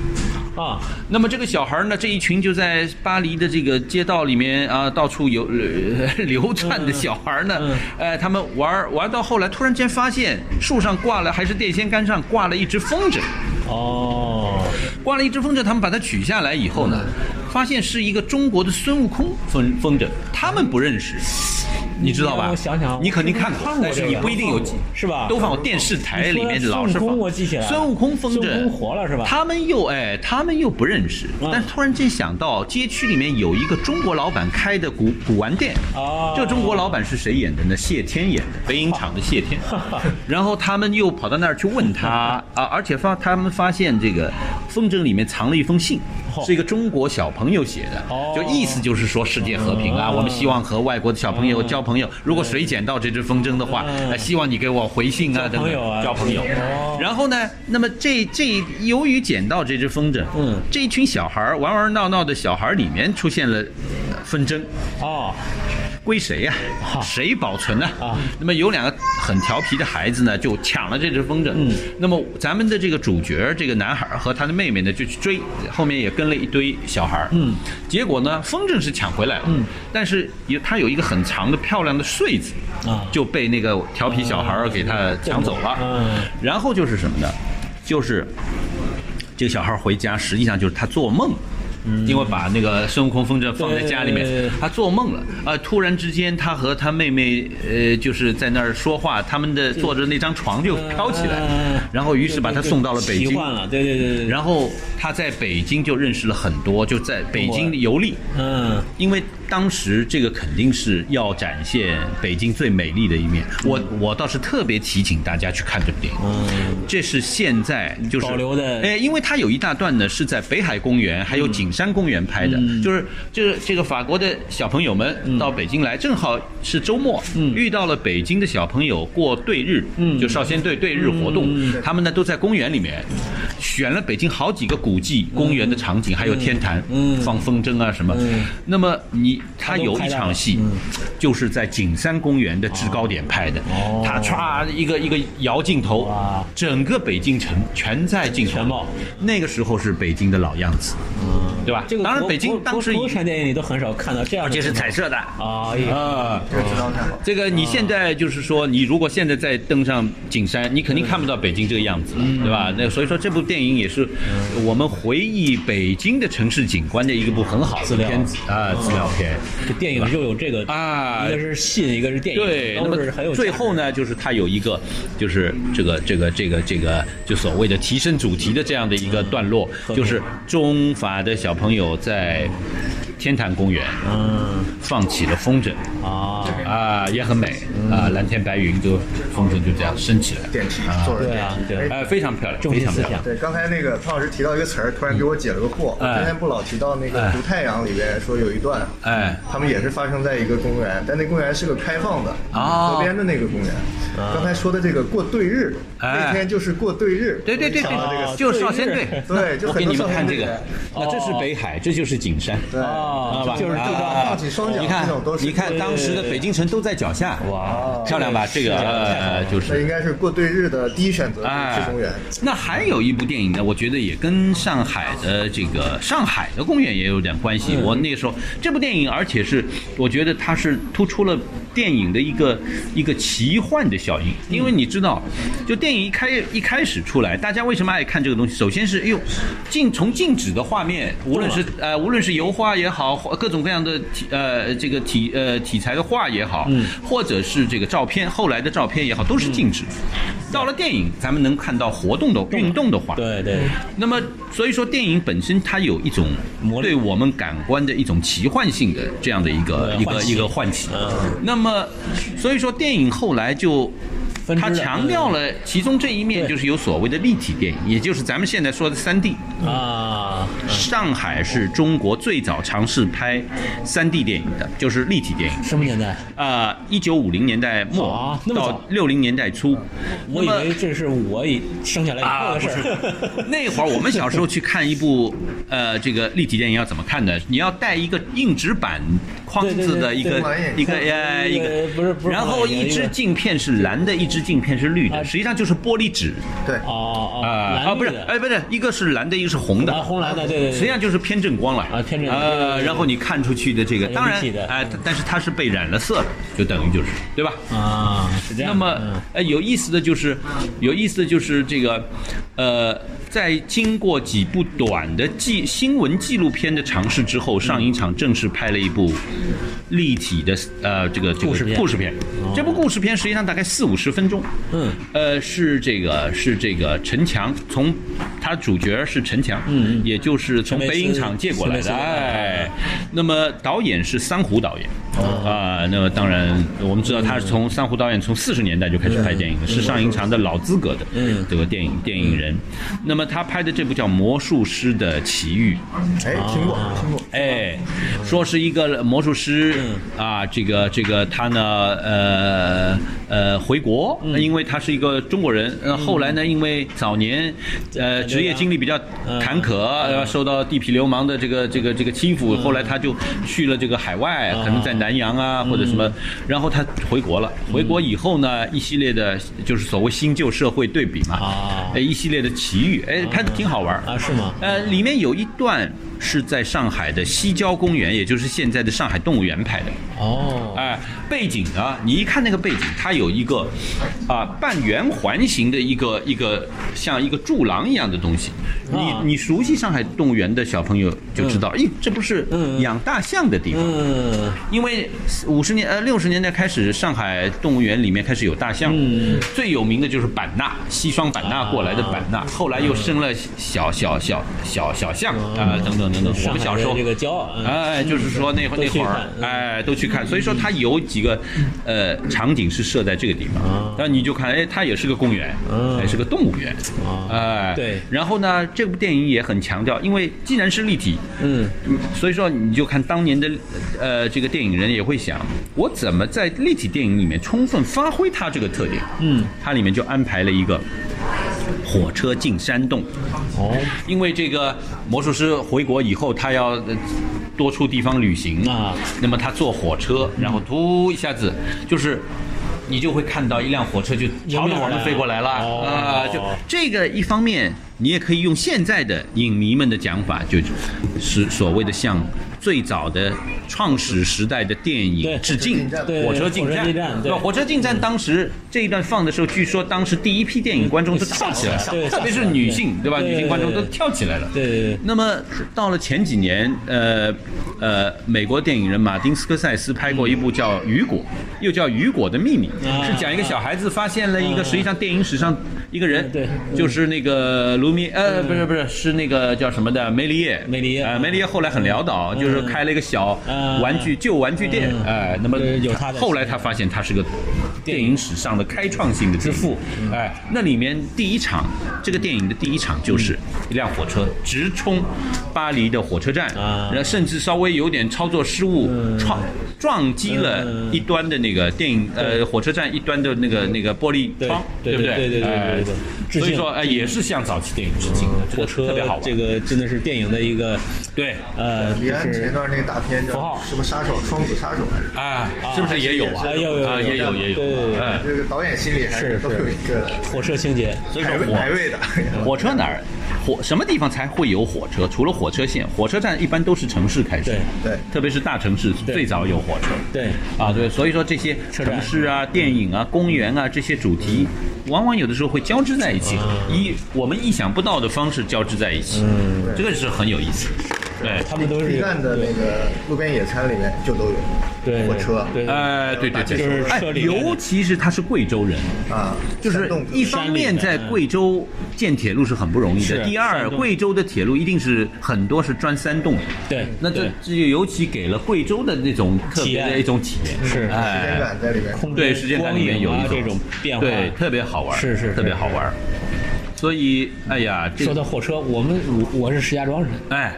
啊，那么这个小孩儿呢，这一群就在巴黎的这个街道里面啊，到处游呃流窜的小孩儿呢，嗯哎，他们玩儿玩到后来，突然间发现树上挂了，还是电线杆上挂了一只风筝，哦，挂了一只风筝，他们把它取下来以嗯后呢，发现是一个中国的孙悟空风风筝，他们不认识。你知道吧？哎让我想想你肯定看我过看，过但是这你个不一定有记，是吧都放我电视台里面你说老是孙悟放。空我记起来了孙悟空风筝，孙悟空活了是吧他们又哎，他们又不认识，嗯但突然间想到街区里面有一个中国老板开的古古玩店。哦这个中国老板是谁演的呢？谢天演的，北影厂的谢 天。然后他们又跑到那儿去问他啊，而且发他们发现这个风筝里面藏了一封信，嚯是一个中国小朋友写的哦，就意思就是说世界和平啊，嗯我们希望和外国的小朋友交朋友。如果谁捡到这只风筝的话，嗯呃希望你给我回信啊，交等朋等友啊交朋友哦。然后呢，那么这这由于捡到这只风筝，嗯这一群小孩儿玩玩闹闹的小孩儿里面出现了呃纷争，哦，归谁呀、哈谁保存呢、啊那么有两个很调皮的孩子呢，就抢了这只风筝。嗯那么咱们的这个主角这个男孩和他的妹妹呢，就去追，后面也跟了一堆小孩。嗯，结果呢，风筝是抢回来了。嗯，但是有他有一个很长的漂亮的穗子，啊就被那个调皮小孩儿给他抢走了。嗯然后就是什么呢？就是这个小孩回家，实际上就是他做梦，因为把那个孙悟空风筝放在家里面对嗯对对对，他做梦了啊、突然之间，他和他妹妹呃，就是在那儿说话，他们的坐着那张床就飘起来嗯了，然后于是把他送到了北奇京。幻了，对对对对，然后他在北京就认识了很多，就在北中国京人游历，嗯，因为当时这个肯定是要展现北京最美丽的一面。我我倒是特别提醒大家去看这部电影，嗯这是现在就是保留的哎，因为它有一大段呢是在北海公园还有景山公园拍的，嗯就是就是这个法国的小朋友们到北京来，正好是周末，嗯遇到了北京的小朋友过对日，就少先队对日活动，嗯他们呢都在公园里面选了北京好几个古迹公园的场景，还有天坛，嗯放风筝啊什么嗯。那么你他都有拍一到了场戏嗯，就是在景山公园的制高点拍的哦，他歘一个一个摇镜头哇，啊整个北京城全在镜头全貌。那个时候是北京的老样子，对吧嗯这？个当然，国北国京当时国国产电影里都很少看到这样的而情且是况，彩色的啊，哎呀啊。这个质量太好。这个你现在就是说，你如果现在再登上景山，你肯定看不到北京这个样子了，嗯对吧？那所以说这部电影也是我们回忆北京的城市景观的一个部很好资的料片子啊，资料片。这电影又有这个啊一个是信，一个是电影，对，那都是很有么价最值后呢，就是它有一个，就是这个这个这个这个，就所谓的提升主题的这样的一个段落，嗯就是中法的小朋友在天坛公园嗯放起了风筝。啊，啊，也很美啊，蓝天白云就风筝就这样升起来了，电梯坐着对电啊梯，对，哎，非常漂亮，重非心常思漂亮想。对，刚才那个潘老师提到一个词儿，突然给我解了个惑。哎我之前不老提到那个哎《毒太阳》里边说有一段，哎他们也是发生在一个公园，但那公园是个开放的，哦啊河边的那个公园。刚才说的这个过对日，哎那天就是过对日，对对对哦我们讲到这对，个就是少先队对。对，就我很给多你少们年看那这个个，那这是北海，这就是景山。哦对，啊知道吧？就是这个啊放起双脚你看这种都是你看当时的北京城都在脚下，哦哇漂亮吧？这个呃，就那是应该是过对日的第一选择，就是哎去公园。，那还有一部电影呢，我觉得也跟上海的这个上海的公园也有点关嗯系。我那时候这部电影，而且是我觉得它是突出了电影的一个一个奇幻的效应，因为你知道，就电影一开一开始出来，大家为什么爱看这个东西？首先是哎呦，静从静止的画面，无论是呃无论是油画也好，或各种各样的体呃这个体呃题材的画也好，或者是这个照片后来的照片也好，都是静止的。到了电影，咱们能看到活嗯动的运动的话，。对对，那么，所以说电影本身它有一种魔力对我们感官的一种奇幻性的这样的一个对一唤个起一个唤起嗯。那么，所以说电影后来就分。支了它强调了其中这一面，对就是有所谓的立体电影，也就是咱们现在说的三 D。啊，上海是中国最早尝试拍三 D 电影的，就是立体电影。什么年代？啊，一九五零年代末啊那么早到六零年代初，我以那么为这是我以生下来以后啊，不的事是 儿。那会儿我们小时候去看一部呃这个立体电影要怎么看呢？你要带一个硬纸板框子的一个对对对一个对呃一个，不是不是然后一一支个镜片是蓝的，一支支镜片是绿的，啊实际上就是玻璃纸对，哦哦，啊啊，蓝不绿是，的，哎，不是，一个是蓝的，一个是红的啊，，红蓝的，对对对，实际上就是偏正光了啊偏正光对对呃，对然后你看出去的这个，很有当然立体的，哎，但是它是被染了色的，就等于就是，对吧？啊是这那样。么嗯，呃，有意思的就是，有意思的就是这个，呃，在经过几部短的记新闻纪录片的尝试之后，上影厂正式拍了一部立体的呃这个这个故事片哦故事片。这部故事片实际上大概四五十分钟。嗯，呃，是这个是这个陈强，从他主角是陈强，嗯，也就是从陈佩北斯影厂借过来陈的，佩斯哎，那么导演是三胡导演。啊、那么当然，我们知道他是从三胡导演从四十年代就开始拍电影，是上影厂的老资格的嗯这个电影电影人。那么他拍的这部叫《魔术师的奇遇》，哎，听过听过，哎，说是一个魔术师啊，这个这个他呢，呃呃回国，因为他是一个中国人，呃后来呢，因为早年呃职业经历比较坎坷，呃受到地痞流氓的这个这个这个欺负，后来他就去了这个海外，可能在南洋啊或者什么，然后他回国了，回国以后呢，一系列的就是所谓新旧社会对比嘛啊，哎一系列的奇遇，哎看着挺好玩儿啊是吗？呃，里面有一段是在上海的西郊公园，也就是现在的上海动物园拍的。哦，哎、背景啊，你一看那个背景，它有一个啊、半圆环形的一个一个像一个柱廊一样的东西。你啊你熟悉上海动物园的小朋友就知道，咦、这不是嗯嗯养大象的地方？嗯，因为五十年呃六十年代开始，上海动物园里面开始有大象，嗯啊最有名的就是版纳，西双版纳过来的版纳，后来又生了小小小小小象啊、等等等等。我上们海小的时候这个骄傲，嗯哎，就是说那会都那去会看儿，嗯哎，都去看，所以说它有几个呃场景是设在这个地方啊，那你就看，哎，它也是个公园嗯，也是个动物园，啊哎，对然后呢，这部电影也很强调，因为既然是立体，嗯，所以说你就看当年的呃这个电影人也会想，我怎么在立体电影里面充分发挥它这个特点？嗯，它里面就安排了一个火车进山洞，哦，因为这个魔术师回国以后，他要呃多处地方旅行啊，那么他坐火车，然后突一下子就是。你就会看到一辆火车就朝着我们飞过来了迎面而来啊、哦就这个一方面，你也可以用现在的影迷们的讲法，就是所谓的向最早的创始时代的电对影致敬。对火车进火车进站对那火车进站当时这一段放的时候，据说当时第一批电影观众都跳起来吓死了对了，特别是女性吓，死了对吧？对女性观众都对对跳起来了。对对对，那么到了前几年，呃呃，美国电影人马丁斯科塞斯拍过一部叫《雨果》，又叫《雨果的秘密啊》，是讲一个小孩子发现了一个啊实际上电影史上一个人嗯对，嗯就是那个卢米，呃，不是不是，是那个叫什么的梅里耶，梅里耶呃，梅里耶后来很潦倒，就是开了一个小啊玩具旧玩具店嗯，哎，那么对有他的后来他发现他是个电影史上的开创性的之父，哎，那里面第一场这个电影的第一场就是嗯一辆火车直冲巴黎的火车站，啊然后甚至稍微有点操作失误，撞撞击了嗯一端的那个电影呃火车站一端的那个那个玻璃对窗，对不对对对对哎对对致敬所以说哎也是向早期电影致敬的，这嗯火个车特别好玩，这个真的是电影的一个对。呃，李就安前是段那个大片符叫号什么杀手，双子杀手来着？啊，是不是也有啊？啊有有有啊，也有也有对对对，哎，这个导演心里还是都有一个火车情节，所以说排位我排位的。火车哪儿？火什么地方才会有火车？除了火车线，火车站一般都是城市开始对，对特别是大城市对最早有火车。对，啊，对，所以说这些车站城市啊、电影啊、公园啊这些主题，往往有的时候会交织在一啊起，以我们意想不到的方式交织在一起，这个是很有意思。对，他们都是避难的那个路边野餐里面就都有对火车，对对哎，对对就对是，哎车，里面的尤其是他是贵州人，啊，就是山洞一方面在贵州建铁路是很不容易嗯是的，第山二，洞贵州的铁路一定是很多是钻山洞的，对那这对这就尤其给了贵州的那种特别体的验一种体验，是嗯时间哎，感在里面。空间对，时间感里面有光影啊一这种变化，对，特别好玩，是是是特别好玩。所以，哎呀，这说个到火车，我们我我是石家庄人，哎。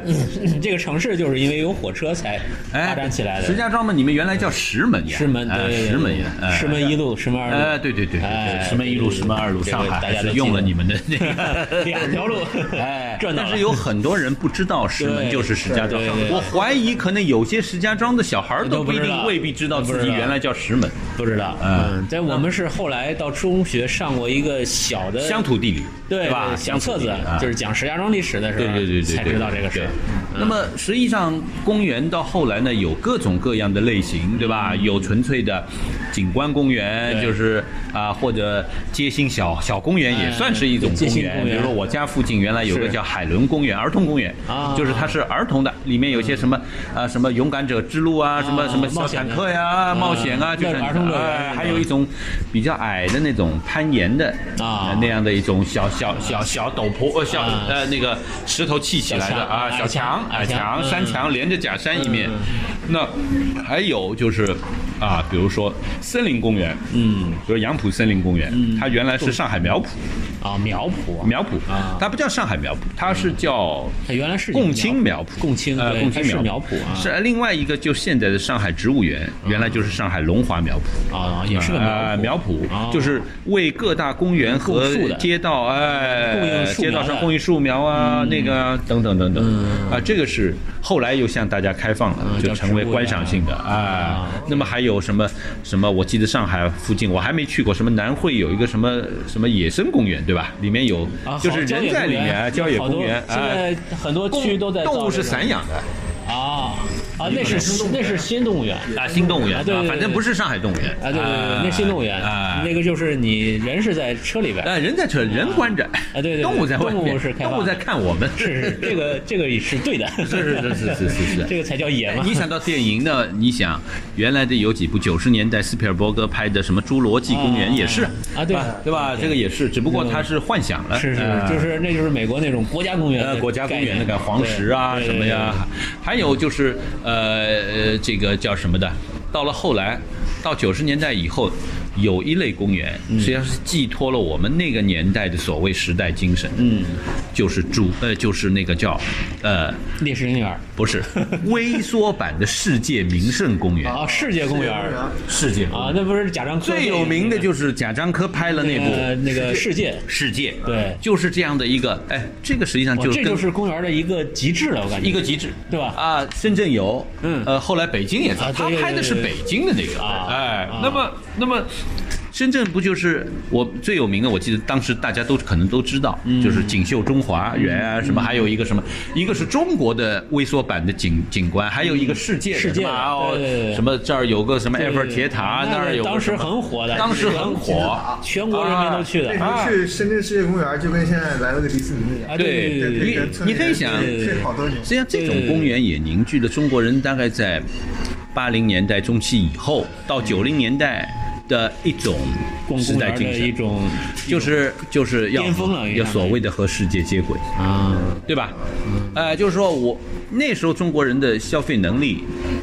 这个城市就是因为有火车才发哎，展起来的。石家庄嘛，你们原来叫石门呀，石门哎对，石门呀，哎石门一路，石门二哎，路，对对对对哎对，石门一路、对对对石门二路，这个上海大家还都是记用了得你们 的那个两条路， 哎，赚到但了。是有很多人不知道石门对就是石家庄对对，对我怀疑可能有些石家庄的小孩儿都都不不一知道定未必知道都不自知己道原来叫石门，不知道，嗯嗯，但我们是后来到中学上过一个小的乡土地理呃对对吧？小乡土册地子理啊，就是讲石家庄历史的时候，对对对对对，才知道这个事对儿。嗯那么实际上，公园到后来呢，有各种各样的类型，对吧？有纯粹的景观公园，嗯对就是啊、或者街心小小公园也哎算是一种街公心园。公比园如说我家附近原来有个是叫海伦公园，儿童公园，啊就是它是儿童的，里面有些什么啊、什么勇敢者之路啊，什么什么嗯冒小险坦的克呀、嗯冒险啊，就是那种儿童乐园哎是吧还有一种比较矮的那种攀岩的啊那样的一种小小小小陡坡，呃小啊呃那个石头砌起来的啊，小墙小墙、矮矮墙墙、嗯山墙连着假山一面。那还有就是啊，比如说森林公园，嗯，比如杨浦森林公园，嗯它原来是上海苗圃，啊，苗圃啊，苗圃啊，它不叫上海苗圃，它是叫它原来是共青苗圃，共青呃，对共青它是苗苗圃啊是呃另外一个就现在的上海植物园，原来就是上海龙华苗圃。啊，也是个呃苗苗圃，哦圃，就是为各大公园和供树的街道，供哎应，树街道苗上的嗯供应树苗啊，那个啊等等等等，啊，这个是后来又向大家开放了，嗯就叫成为植物园观赏性的啊啊。那么还有什么什么？我记得上海附近我还没去过，什么南汇有一个什么什么野生公园，对吧？里面有啊，就是人在里面啊，好郊野公园，好多哎现，在很多区都在动造动物是这种散养的。啊啊，那是那是新动物园啊，新动物园啊对对对反正不是上海动物园啊，对对对，那新动物园啊，那个就是你人是在车里边，呃，人在车，人关着，啊对对对动物在外面，动物是开放的动物在看我们，是是，这个这个也是对的，是是是是是是 这个才叫野嘛。 你想到电影呢？你想原来的有几部九十年代斯皮尔伯格拍的什么《侏罗纪公园》啊也是啊对对吧？这个也是，只不过它是幻想了，是是呃，就是那就是美国那种国家公园呃的国家公园那概个念黄石啊对什对么呀，还有就是呃呃这个叫什么的，到了后来到九十年代以后。有一类公园，实际上是寄托了我们那个年代的所谓时代精神，嗯，就是主呃，就是那个叫，呃，对烈士公园不 是微缩版的世界名胜公园，啊，世界公园啊，世界公园那不是贾樟柯最有名的就是贾樟柯拍了那部呃那个世界《世界》，对就是这样的一个，哎，这个实际上哇就哦这跟就是公园的一个极致了，我感觉一个极致，对吧啊，深圳有，嗯呃，后来北京也在，啊他对对拍的是对对北京的那个，啊哎啊，那么那么。深圳不就是我最有名的？我记得当时大家都可能都知道，嗯就是锦绣中华园啊，什么还有一个什么，一个是中国的微缩版的景景观，还有一个世界的世界什么啊的哦对对对什么这儿有个什么埃对菲尔铁塔，那那个儿有个当时什么很火的当时很火，啊全国人民都去那的时候去深圳世界公园，就跟现在来了个迪士尼一样啊，对对对对对跟你村你里可以人想，睡好多年实。际上这种公园也凝聚了中国人大概在八零年代中期以后到九零年代的一种逛时公代园精的一神，种就是就是要巅峰了要所谓的和世界接轨，啊，对吧？呃，就是说我那时候中国人的消费能力，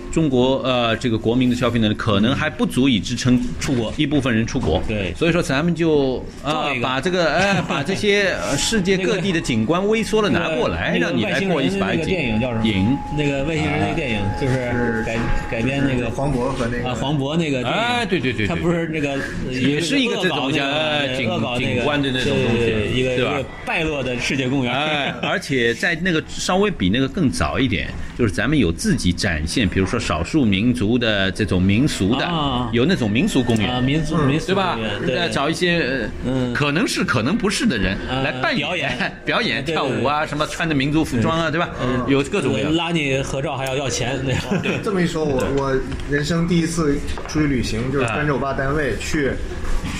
中国呃这个国民的消费能力可能还不足以支撑出国一部分人出国，对所以说咱们就啊造一个把这个 哎把这些呃世界各地的景观微缩了拿过来，那个让你来过一把啊那瘾个外星人的那个电影叫什么瘾。那个外星人那个电影就是改改编那个黄渤和那个啊黄渤那个电影哎对对对对他不是那个也是一个这种恶搞那个哎对景恶搞那个景观的那种东西对对对一个对一吧个败落的世界公园， 哎，而且在那个稍微比那个更早一点，就是咱们有自己展现，比如说少数民族的这种民俗的啊，有那种民俗公园啊，民族民俗对吧公园？呃，对，找一些呃嗯可能是可能不是的人呃来扮演表演 表演、对对嗯跳舞啊，什么穿着民族服装啊，对吧？有各种各样的。拉你合照还要要钱，对 吧这么一说， 我我人生第一次出去旅行，啊就是跟着我爸单位去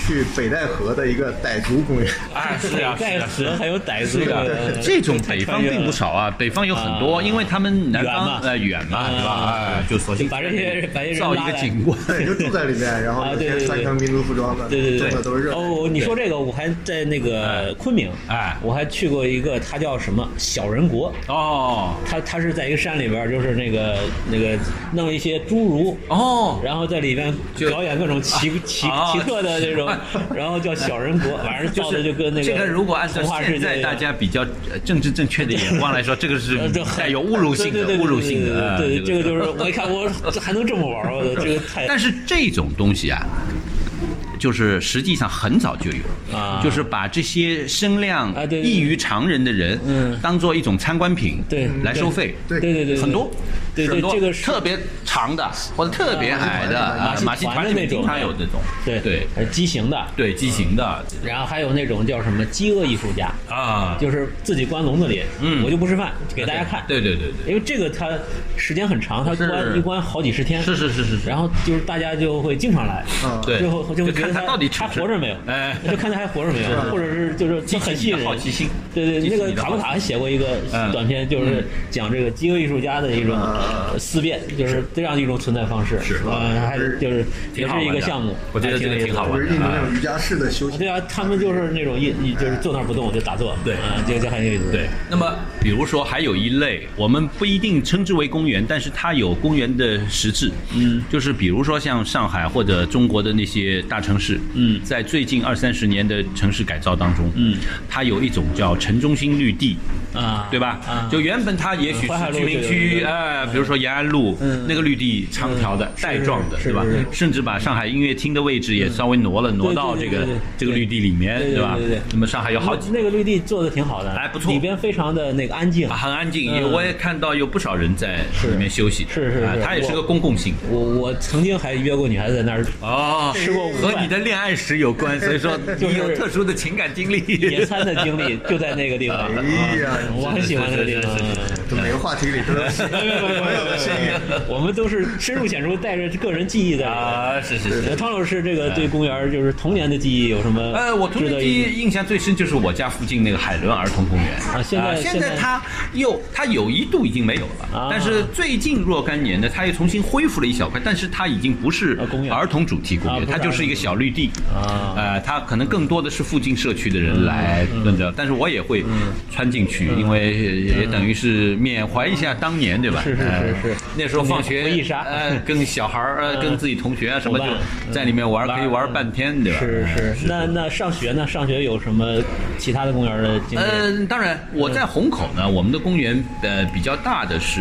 去北戴河的一个傣族公园。 哎，是啊，是带啊。河还有傣族是的，这种北方并不少啊，北方有很多，啊因为他们南远方嘛呃远嘛，啊对吧？哎，就索性把这些把这些人造一拉个来景 观。对，就住在里面，然后啊每对天对穿对成民族服装的，对对对种的都是热闹。哦，你说这个，我还在那个昆明，哎我还去过一个，它叫什么小人国，哦它它是在一个山里边儿，就是那个那个弄一些侏儒，哦，然后在里边就表演各种奇奇啊奇特的这种， 然后叫小人 国，晚上就造的是就跟那这个，如果按照童话世现界在一大样。家比较呃政治正确的眼光来说，这个是 呃，这很带有侮辱性的，对对对对侮辱性对的。对对啊这个就是我一看，我 这还能这么玩儿，我的这个太但是这种东西啊，就是实际上很早就有，啊就是把这些声量啊对对对异于常人的人，嗯当做一种参观品，对来收费，对对对对很多。对对很多这个是特别长的或者特别矮的，马啊戏马戏团团的里面那种经常有这种，对对呃畸形的，对畸形的然后还有那种叫什么饥饿艺术家，啊，就是自己关笼子里，嗯我就不吃饭，给大家看，对对对对，因为这个它时间很长，它是关一关好几十天，是是是是是哎然后就是大家就会经常来，啊嗯对最后就会就觉得看他到底吃他不吃活着没有，哎啊就看他还活着没有，或者是就是就很吸引人，好奇心激对对，起那你个的卡好夫奇卡写过一个嗯短篇，就是讲这个饥饿艺术家的一种嗯呃思辨，就是这样一种存在方式，是呃，还就是也挺好是玩一个的项目，我觉得还这个有意挺思好的玩不的是印度那种瑜伽式的休息，对啊，他们就是那种一一就是坐那儿不动就打坐，对啊，这个就很有意思。对，，那么比如说还有一类，我们不一定称之为公园，但是它有公园的实质。嗯，就是比如说像上海或者中国的那些大城市，嗯在最近二三十年的城市改造当中，嗯，它有一种叫城中心绿地。啊，对吧？啊，就原本它也许淮海是路居民就有区，有哎，比如说延安路嗯那个绿地长条的、带状的，是对吧是是？嗯甚至把上海音乐厅的位置也稍微挪了，挪到这对个对对对这个绿地里面，对对吧对对对？那么上海有好几那个绿地做的挺好的，哎不错里边非常的那个安静啊，。很安静，嗯也我也看到有不少人在里面休息的，是是是啊它也是个公共性的。我我曾经还约过女孩子在 那儿，哦，吃过午饭和你的恋爱史有关，所以 说就是你有特殊的情感经历。野餐的经历就在那个地方。哎呀，我很喜欢那个地方。这每个话题里都有新没有没有没有有新意。我们都是深入浅出，带着个人记忆在 里啊，是是是面。。汤老师，这个对公园就是童年的记忆有什么？呃，我童值年得记一提忆印象最深就是我家附近那个海伦儿童公园啊现在啊现现在在它又它有一度已经没有啊了，但是最近若干年呢，它又重新恢复了一小块，但是它已经不是啊公园儿童主题公啊园，不是它就是一个小绿地啊呃，它可能更多的是附近社区的人来嗯跟着，但是我也会穿进去，因为也等于是缅怀一下当年，对吧？嗯是是是呃是那时候放学回忆杀呃，跟小孩儿呃，跟自己同学啊什么伙就伴在里面玩，玩可以玩半天，对吧？是是，那那上学呢？上学有什么其他的公园的经历？嗯，当然，我在虹口呢，我们的公园呃比较大的是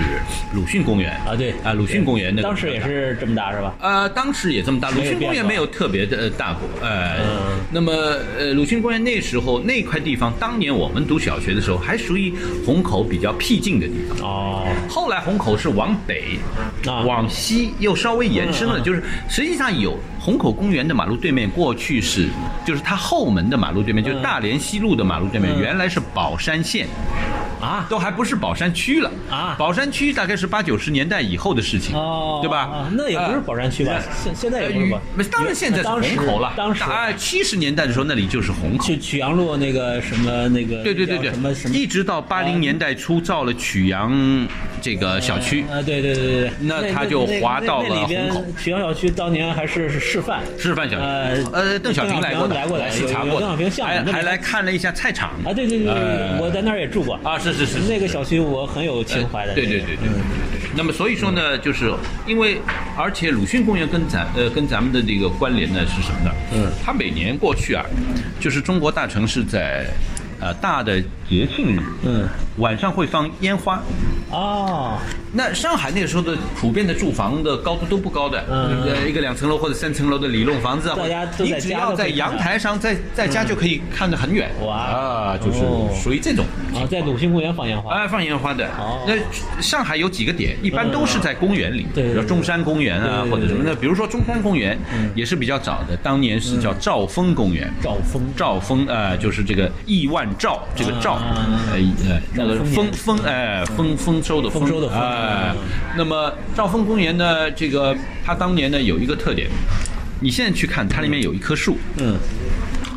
鲁迅公园啊对啊，鲁迅公园那个当时也是这么大是吧？呃，当时也这么大，鲁没有迅公变园化没有特别的大过，呃，嗯那么呃，鲁迅公园那时候那块地方，当年我们读小学的时候，还属于虹口比较僻静的地方。哦，后来虹口是往北，啊往西又稍微延伸了，嗯嗯就是实际上有虹口公园的马路对面，过去是就是它后门的马路对面，就是大连西路的马路对面，嗯原来是宝山县啊，都还不是宝山区了啊宝山区大概是八九十年代以后的事情，哦，对吧？啊那也不是呃宝山区吧？现现在呃也不是吧？与当然现在是当时虹口了，当时啊啊，七十年代的时候那里就是虹口。去曲阳路那个什么那个，对对对叫对，什么什么一直到八零年代初造了曲阳这个小区，啊，对对对对，那那它就那划到那那了里边虹口曲阳小区当年还是是示范，示范小呃区，呃，邓小平来过的，来过来视察过有邓小平的，像还那里还来看了一下菜场啊，对对对对对，呃我在那儿也住过啊，是是是是那个小区我很有情怀的，呃嗯对对对对对对对。那么所以说呢，就是因为而且鲁迅公园跟咱呃跟咱们的这个关联呢是什么呢？嗯，它每年过去啊，就是中国大城市在呃大的节庆日，嗯，晚上会放烟花。哦，那上海那个时候的普遍的住房的高度都不高的，嗯呃，一个两层楼或者三层楼的里弄房子啊，大家都你在只家要都在可以看阳到台上，在在家就可以看得很远，哇啊，就是哦属于这种。啊，在鲁迅公园放烟花，哎，放烟花的哦。那上海有几个点，一般都是在公园里，嗯对比如中山公园啊，对对对嗯或者什么对的。比如说中山公园也是比较早的，当年是叫兆丰公园。赵峰兆丰，呃，就是这个亿万兆，这个兆，啊呃呃，那个丰丰，哎，丰丰收的丰收的丰哎嗯。那么兆丰公园呢，这个它当年呢有一个特点，你现在去看，它里面有一棵树，嗯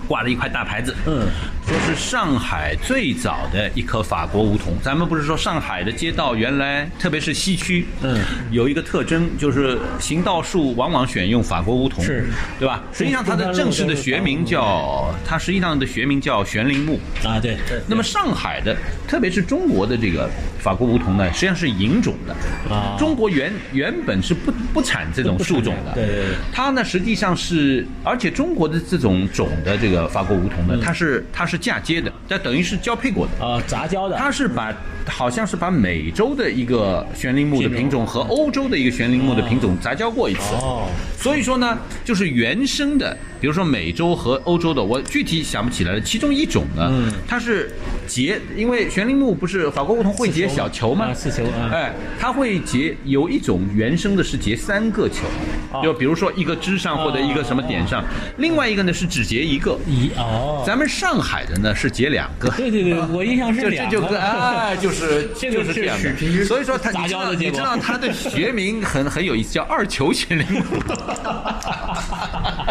挂了一块大牌子，嗯，说是上海最早的一棵法国梧桐。咱们不是说上海的街道原来，特别是西区，嗯，有一个特征就是行道树往往选用法国梧桐，是，对吧？实际上它的正式的学名叫，它实际上的学名叫悬铃木。啊，对对那么上海的，特别是中国的这个法国梧桐呢，实际上是引种的。啊中国原原本是不不产这种树种的。对对对。它呢实际上是，而且中国的这种种的这个法国梧桐呢，它是它是嫁接的，但等于是交配过的。啊，杂交的，它是把好像是把美洲的一个悬铃木的品种和欧洲的一个悬铃木的品种杂交过一次。哦，所以说呢，就是原生的，比如说美洲和欧洲的，我具体想不起来了。其中一种呢，嗯它是结，因为悬铃木不是法国梧桐会结小球吗？啊刺球啊哎，它会结有一种原生的是结三个球，哦就比如说一个枝上或者一个什么点上，另外一个呢是只结一个。一哦，咱们上海的呢是结两 个。对对对，我印象是就这两就跟个，哎，就是这就个是是这样水平的，所以说他杂你知交道的你结知果道他的学名很很有意思，叫二球悬铃木。文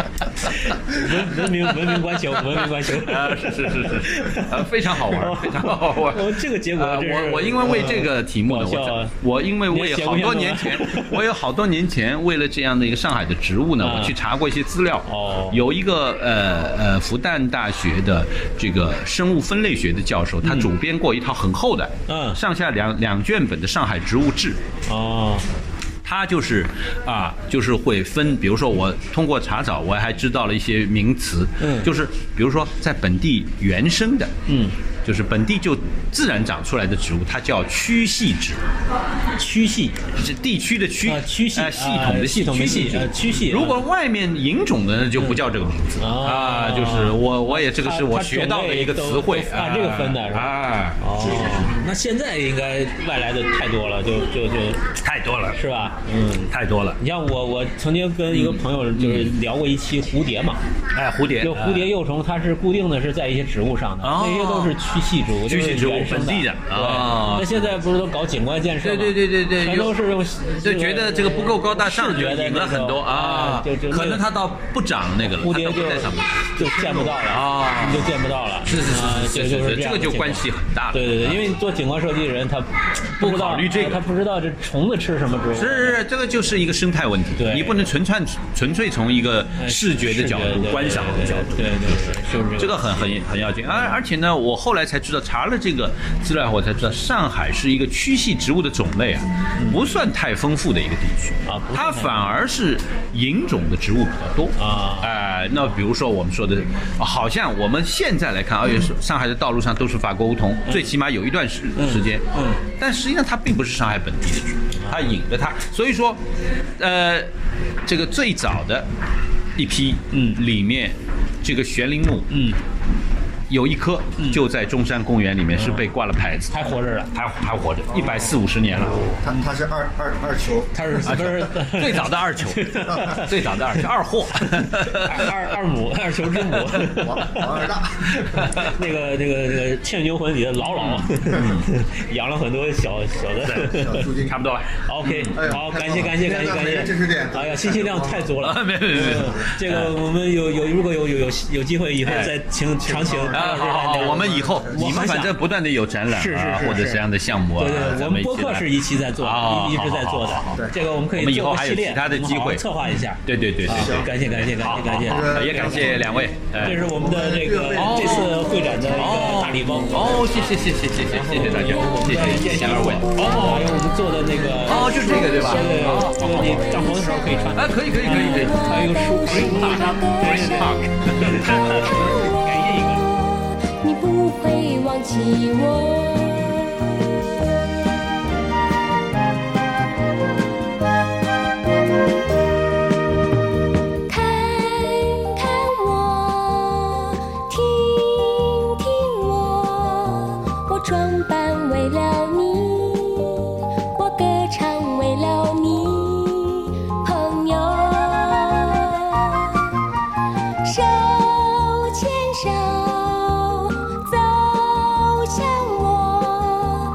文明文明观球，文明观球， 啊，是是是是， 呃，非常好玩，非常好玩。哦这个结果呃真是我我因为为这个题目呢，搞笑我啊我因为为你写好过多样年吗前，我有好多年前为了这样的一个上海的植物呢，啊我去查过一些资料。哦有一个呃呃复旦大学的这个生物分类学的教授，他主编过一套很厚的，嗯上下两两卷本的《上海植物志》。哦，它就是啊，就是会分，比如说我通过查找，我还知道了一些名词，嗯就是比如说在本地原生的，嗯，就是本地就自然长出来的植物，它叫区系植，区系是地区的区，啊区系呃系统的啊系统的区系系植呃区系如果外面引种的呢，就不叫这个名字嗯啊，哦就是我我也这个它是我它学种到的类一个都词汇，都按这个分的是吧啊，哦，那现在应该外来的太多了，就就就太多了，是吧？嗯，太多了，你像我，我曾经跟一个朋友就是聊过一期蝴蝶嘛，哎，蝴蝶，就蝴蝶幼虫，它是固定的是在一些植物上的，哦那些都是区系植物，区系植物就是原生本地的的哦对那现在不是都搞景观建设对吗？对对对对，全都是用就这觉得这个不够高大上，视就觉的引了那种很多啊哎就。就可能它倒不长那个了，蝴蝶它倒就不在上面。就见不到了啊你就见不到了。是是是啊是就是就是是这样个的就情况关系很大了对对对，因为做景观设计的人他不知不道考虑这个他不知道这虫子吃什么植物。是是是，这个就是一个生态问题，对你不能纯粹纯粹从一个哎视觉的角度、观赏的角度，对对对，对就是这个很很很要紧。而而且呢，我后来才知道，查了这个资料后，我才知道上海是一个区系植物的种类啊，不算太丰富的一个地区啊不算太丰它富反而是引种的植物比较多啊哎，那比如说我们说的，哦好像我们现在来看，哎呀，上海的道路上都是法国梧桐，最起码有一段时时间。嗯但实际上它并不是上海本地的植物，它引着它，所以说，呃，这个最早的一批，嗯里面这个悬铃木，嗯，有一棵就在中山公园里面是被挂了牌子，还活着了。嗯还还活着，一百四五十年了。它它是二二二球，它是啊不是 最早的二 球，最早的二球，二 货，二二二母二球之母，王王二大，那个那个那个《倩女幽魂》里的老老，嗯养了很多小小小的。猪精差不多吧。 OK，嗯哎呦好，太感棒谢了感谢今天感谢的感每谢个知识点，哎呀，信息量太多了。啊没没没嗯这个我们有有如果有有有有机会以后哎再请常请潘啊，老师好来好，聊我们以后我你们很想反正不断的有展览是是啊，是或者是这样的项目啊，对对，咱我们们一播起客来是一期在做哦，一一直在好好做好好好的。这个我们可我以们以做后个还系有列，其他的机我会们好好策划一下。对对对对对啊，感谢感谢感谢感谢。好，也感谢啊两位。呃这是我们的这个哦这次会展的一个大礼包。哦，谢谢谢谢谢谢谢谢大家，谢谢谢谢二位。哦，还有我们做的那个哦，就是这个对吧？对，这个你帐篷的时候可以穿。啊，可以可以可以可以。还有一个书， Green Park。你不会忘记我。看看我，听听我，我装扮为了你，我歌唱为了你，朋友。手牵手走向我，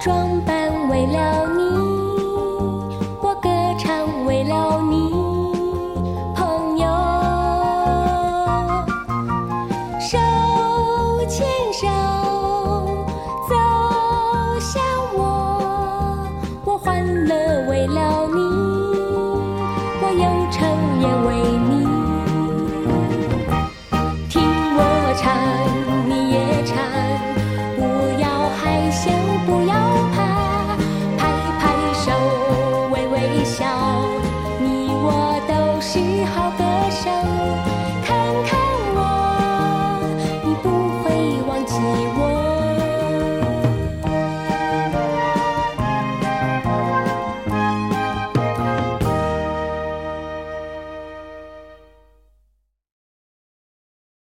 装扮为了你，我歌唱为了你，朋友。手牵手走向我，我欢乐为了你，我又唱也为你。听我唱，你也唱，不要害羞，不要怕，拍拍手，微微笑，你我都是好歌手。看看我，你不会忘记我。